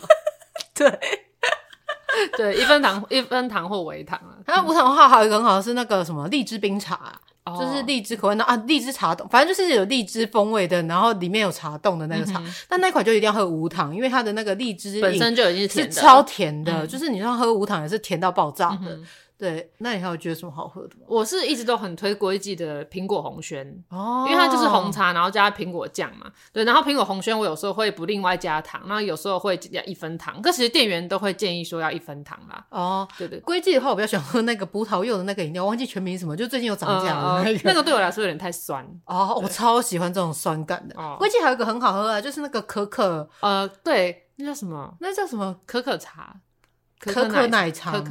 Speaker 3: 对，
Speaker 2: 对，一分糖一分糖或微糖啊，
Speaker 3: 然后无糖化还有一个很好的是那个什么荔枝冰茶、就是
Speaker 2: 哦
Speaker 3: 荔枝口味的啊，荔枝茶冻，反正就是有荔枝风味的，然后里面有茶冻的那个茶。但那款就一定要喝无糖，因为它的那个荔枝
Speaker 2: 嗯本
Speaker 3: 饮
Speaker 2: 身就已经
Speaker 3: 是
Speaker 2: 是甜的嗯
Speaker 3: 超甜的，就是你让喝无糖也是甜到爆炸的。对，那你还有觉得什么好喝的吗？
Speaker 2: 我是一直都很推国际的苹果红轩。
Speaker 3: 哦
Speaker 2: 因为它就是红茶，然后加苹果酱嘛，对，然后苹果红轩我有时候会不另外加糖，然后有时候会加一分糖，可其实店员都会建议说要一分糖啦，
Speaker 3: 哦。
Speaker 2: 对 对。
Speaker 3: 归记的话，我比较喜欢喝那个葡萄柚的那个饮料，忘记全名是什么，就最近有涨价
Speaker 2: 呃
Speaker 3: 的那个。
Speaker 2: 那个对我来说有点太酸，
Speaker 3: 哦，我超喜欢这种酸感的
Speaker 2: 哦。
Speaker 3: 归记还有一个很好喝啊，就是那个可可，
Speaker 2: 呃，对，那叫什么
Speaker 3: 那叫什么
Speaker 2: 可可茶，
Speaker 3: 可可奶茶
Speaker 2: 可
Speaker 3: 吗，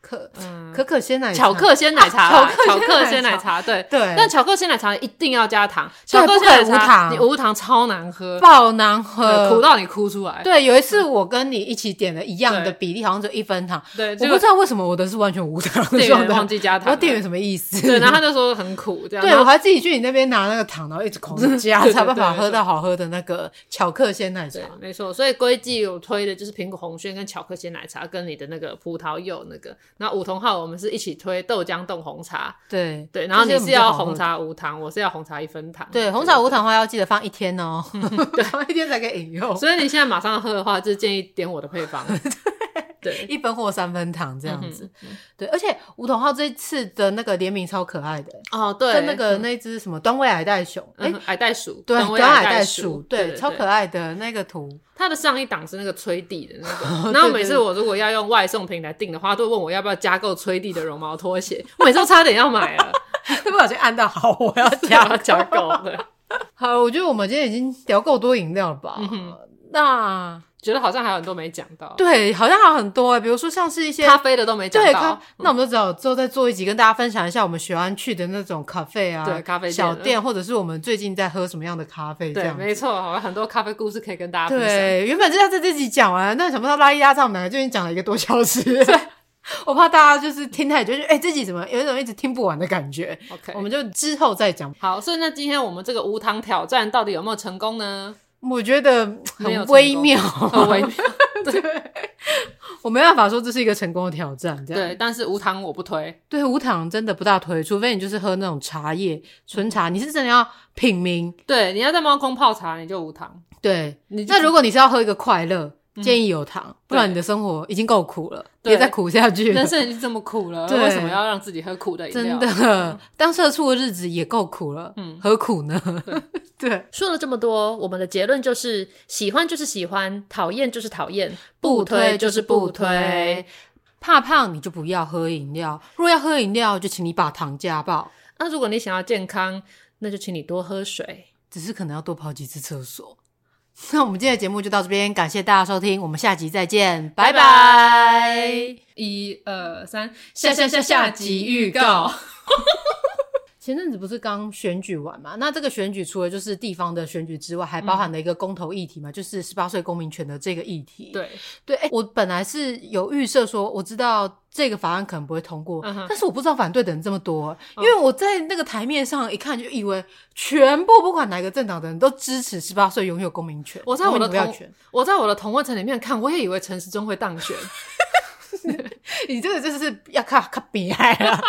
Speaker 2: 可
Speaker 3: 可
Speaker 2: 嗯
Speaker 3: 可可鲜奶茶
Speaker 2: 巧克鲜 奶茶啦，
Speaker 3: 巧
Speaker 2: 巧
Speaker 3: 克
Speaker 2: 克
Speaker 3: 鲜
Speaker 2: 鲜
Speaker 3: 奶茶
Speaker 2: 奶茶，对。
Speaker 3: 对，
Speaker 2: 但巧克鲜奶茶一定要加糖，
Speaker 3: 对
Speaker 2: 巧
Speaker 3: 不
Speaker 2: 克鲜
Speaker 3: 可以
Speaker 2: 奶
Speaker 3: 无
Speaker 2: 茶
Speaker 3: 糖
Speaker 2: 你无糖超难喝，
Speaker 3: 爆难
Speaker 2: 对
Speaker 3: 喝，
Speaker 2: 苦到你哭出来。
Speaker 3: 对，有一次我跟你一起点了一样的比例，好像只有一分糖，
Speaker 2: 对，
Speaker 3: 我
Speaker 2: 结
Speaker 3: 不
Speaker 2: 果
Speaker 3: 知道为什么我的是完全无 糖的
Speaker 2: 店
Speaker 3: 状
Speaker 2: 员
Speaker 3: 态
Speaker 2: 忘，记加
Speaker 3: 不知道
Speaker 2: 糖，
Speaker 3: 店员什么意思。
Speaker 2: 对，然后他就说很苦这样，
Speaker 3: 对
Speaker 2: 然
Speaker 3: 我
Speaker 2: 后
Speaker 3: 还自己去你那边拿那个糖，然后一直狂加，
Speaker 2: 对对
Speaker 3: 才有办法
Speaker 2: 对
Speaker 3: 喝到好喝的那个巧克鲜奶茶
Speaker 2: 对。，没错。所以归记有推的就是苹果红轩跟巧克鲜奶茶，跟你的那个葡萄柚那个。那五同号我们是一起推豆浆冻红茶，
Speaker 3: 对
Speaker 2: 对，然后
Speaker 3: 这
Speaker 2: 你
Speaker 3: 些
Speaker 2: 是
Speaker 3: 比较
Speaker 2: 要
Speaker 3: 好喝
Speaker 2: 红。茶无糖，我是要红茶一分糖。
Speaker 3: 对，红茶无糖的话要记得放一天 哦，放一天才可以饮用，
Speaker 2: 所以你现在马上喝的话，就是建议点我的 配方。对，
Speaker 3: 一分或三分糖这样子
Speaker 2: 嗯。
Speaker 3: 对，而且梧桐号这次的那个联名超可爱的，
Speaker 2: 哦，对，
Speaker 3: 跟那个那只什么端味矮袋熊，哎
Speaker 2: 嗯，矮袋鼠，
Speaker 3: 嗯对，
Speaker 2: 短尾
Speaker 3: 端
Speaker 2: 矮
Speaker 3: 矮
Speaker 2: 袋
Speaker 3: 袋
Speaker 2: 鼠，
Speaker 3: 鼠，对，超可
Speaker 2: 爱。
Speaker 3: 爱的那个 图。
Speaker 2: 它的上一档是那个吹地的 那
Speaker 3: 哦
Speaker 2: 个，然后每次我如果要用外送平台订的话，都会问我要不要加购吹地的绒毛拖鞋，我每次都差点要买 了，
Speaker 3: 不小心按到好，我要
Speaker 2: 加加购对。
Speaker 3: 好，我觉得我们今天已经聊够多饮料了吧？那
Speaker 2: 觉得嗯好像还有很多没讲到，
Speaker 3: 对，好像还有很多哎、比如说像是一些
Speaker 2: 咖啡的都没讲
Speaker 3: 对咖
Speaker 2: 到，，嗯
Speaker 3: 那我们就只好之后再做一集，跟大家分享一下我们喜欢去的那种咖啡啊，
Speaker 2: 对咖啡店嗯
Speaker 3: 小店，或者是我们最近在喝什么样的咖啡这
Speaker 2: 对，
Speaker 3: 样。
Speaker 2: 没错，我有很多咖啡故事啊可以跟大家分享。
Speaker 3: 对，原本是要在这集讲完，但想不到拉一拉上我们两个就已经讲了一个多小 时。我怕大家就是听太久，就是哎、这集怎么有一种一直听不完的感觉。
Speaker 2: OK，
Speaker 3: 我们就之后再讲。
Speaker 2: 好，所以那今天我们这个无糖挑战到底有没有成 功呢？
Speaker 3: 我觉得
Speaker 2: 没有
Speaker 3: 很
Speaker 2: 成
Speaker 3: 微
Speaker 2: 功
Speaker 3: 妙，
Speaker 2: 很微妙，
Speaker 3: 我没办法说这是一个成功的挑战，这样
Speaker 2: 对，但是无糖我不推，
Speaker 3: 对无糖真的不大推，除非你就是喝那种茶叶纯茶，你是真的要品茗。
Speaker 2: 对，你要在猫空泡茶你就无糖，
Speaker 3: 对，
Speaker 2: 你就
Speaker 3: 那如果你是要喝一个快乐，建议有糖，不然
Speaker 2: 对
Speaker 3: 你的生活已经够苦了，
Speaker 2: 对
Speaker 3: 别再苦下去了
Speaker 2: 人。生已经这么苦了，
Speaker 3: 对
Speaker 2: 为什么要让自己喝苦的饮料？嗯
Speaker 3: 真的，当社畜的日子也够苦了，嗯，何苦呢？ 对，
Speaker 1: 说了这么多，我们的结论就是：喜欢就是喜欢，讨厌就是讨厌，
Speaker 3: 不
Speaker 1: 不
Speaker 3: 推
Speaker 1: 推
Speaker 3: 就
Speaker 1: 就是是
Speaker 3: 不
Speaker 1: 不
Speaker 3: 推
Speaker 1: 推。
Speaker 3: 怕胖你就不要喝饮料，如果要喝饮料，就请你把糖加爆，
Speaker 2: 那如果你想要健康，那就请你多喝水。
Speaker 3: 只是可能要多跑几次厕所。 那我们今天的节目就到这边，感谢大家收听，我们下集再见，拜
Speaker 2: 拜
Speaker 3: 拜。
Speaker 2: 哎一二三，
Speaker 1: 下下下下集预告。
Speaker 3: 前阵子不是刚选举完嘛？那这个选举除了就是地方的选举之外，还包含了一个公投议题嘛，就是十八岁公民权的这个议题。
Speaker 2: 对，
Speaker 3: 嗯对，哎、我本来是有预设说，我知道这个法案可能不会通过，
Speaker 2: 嗯哼
Speaker 3: 但是我不知道反对的人这么多，因为我在那个台面上一看就以为全部不管哪个政党的人都支持十八岁拥有公民权，
Speaker 2: 我在我的
Speaker 3: 公民投
Speaker 2: 同
Speaker 3: 票权。
Speaker 2: 我在我的同温层里面看，我也以为陈时中会当选，
Speaker 3: 你这个就是要看看比爱了。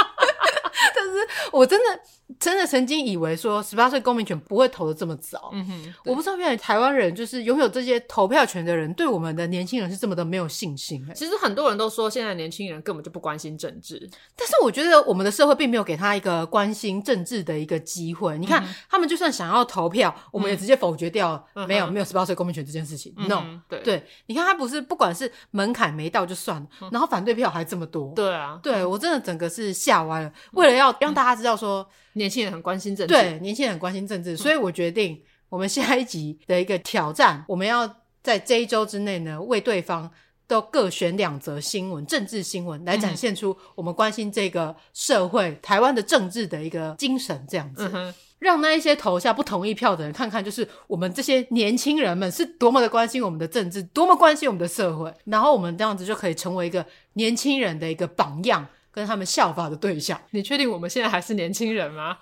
Speaker 3: 但是我真的真的曾经以为说十八岁公民权不会投的这么早，
Speaker 2: 嗯哼，
Speaker 3: 我不知道原来台湾人就是拥有这些投票权的人，对我们的年轻人是这么的没有信心、欸。
Speaker 2: 其实很多人都说，现在年轻人根本就不关心政治。
Speaker 3: 但是我觉得我们的社会并没有给他一个关心政治的一个机会。你
Speaker 2: 嗯
Speaker 3: 看，他们就算想要投票，我们也直接否决掉了，
Speaker 2: 嗯哼
Speaker 3: 没有没有十八岁公民权这件事情。
Speaker 2: 嗯
Speaker 3: no，
Speaker 2: 哼对
Speaker 3: 对，你看他不是不管是门槛没到就算了，
Speaker 2: 嗯
Speaker 3: 然后反对票还这么多。
Speaker 2: 对啊，
Speaker 3: 对我真的整个是吓歪了。为了要让大家知道说，
Speaker 2: 年轻人很关心政治。
Speaker 3: 对年轻人很关心政治，所以我决定我们下一集的一个挑战，我们要在这一周之内呢，为对方都各选两则新闻，政治新闻来展现出我们关心这个社会、台湾的政治的一个精神，这样子。
Speaker 2: 嗯哼，
Speaker 3: 让那一些投下不同意票的人看看，就是我们这些年轻人们是多么的关心我们的政治，多么关心我们的社会，然后我们这样子就可以成为一个年轻人的一个榜样，跟他们效法的对 象，
Speaker 2: 你确定我们现在还是年轻人吗？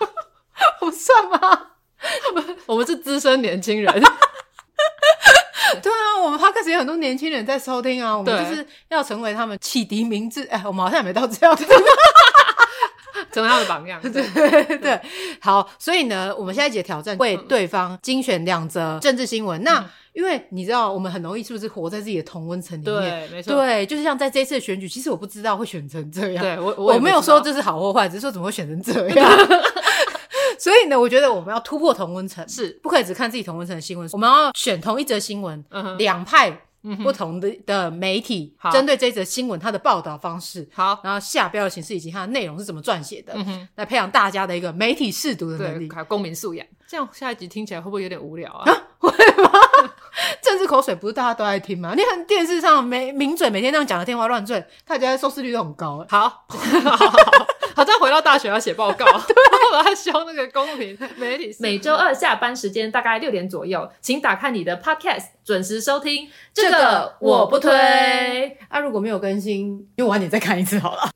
Speaker 3: 不算吗？
Speaker 2: 我们是资深年轻人。
Speaker 3: 对啊，我们 podcast 也有很多年轻人在收听啊，我们
Speaker 2: 对
Speaker 3: 就是要成为他们启迪明智。哎，我们好像也没到这样。
Speaker 2: 成为他的榜样。对，
Speaker 3: 对对，好，所以呢，我们下一节挑战为对方精选两则政治新闻。那因为你知道，我们很容易是不是活在自己的同温层里面？
Speaker 2: 对没错。
Speaker 3: 对，就是像在这次的选举，其实我不知道会选成这样。
Speaker 2: 对我
Speaker 3: 我
Speaker 2: 也不
Speaker 3: 没有
Speaker 2: 知道
Speaker 3: 说这是好或坏，只是说怎么会选成这 样。 所以呢，我觉得我们要突破同温层，
Speaker 2: 是
Speaker 3: 不可以只看自己同温层的新闻，我们要选同一则新闻，
Speaker 2: 嗯哼
Speaker 3: 两派不同的的媒体
Speaker 2: 好
Speaker 3: 针对这则新闻它的报道方式，
Speaker 2: 好，
Speaker 3: 然后下标的形式以及它的内容是怎么撰写的，
Speaker 2: 嗯哼，
Speaker 3: 来培养大家的一个媒体试读的能
Speaker 2: 对，
Speaker 3: 力。
Speaker 2: 还有公民素养。这样下一集听起来会不会有点无聊啊？
Speaker 3: 政治口水不是大家都爱听吗？你看电视上每名嘴每天那样讲的天花乱坠，大家收视率都很高、欸
Speaker 2: 好，好，再回到大学要写报告，我要修那个公民媒体素养。
Speaker 1: 每周二下班时间大概六点左右，请打开你的 Podcast，准时收听。这
Speaker 3: 这个
Speaker 1: 个
Speaker 3: 我
Speaker 1: 我
Speaker 3: 不
Speaker 1: 不
Speaker 3: 推
Speaker 1: 推。
Speaker 3: 啊，如果没有更新，就晚点再看一次好了。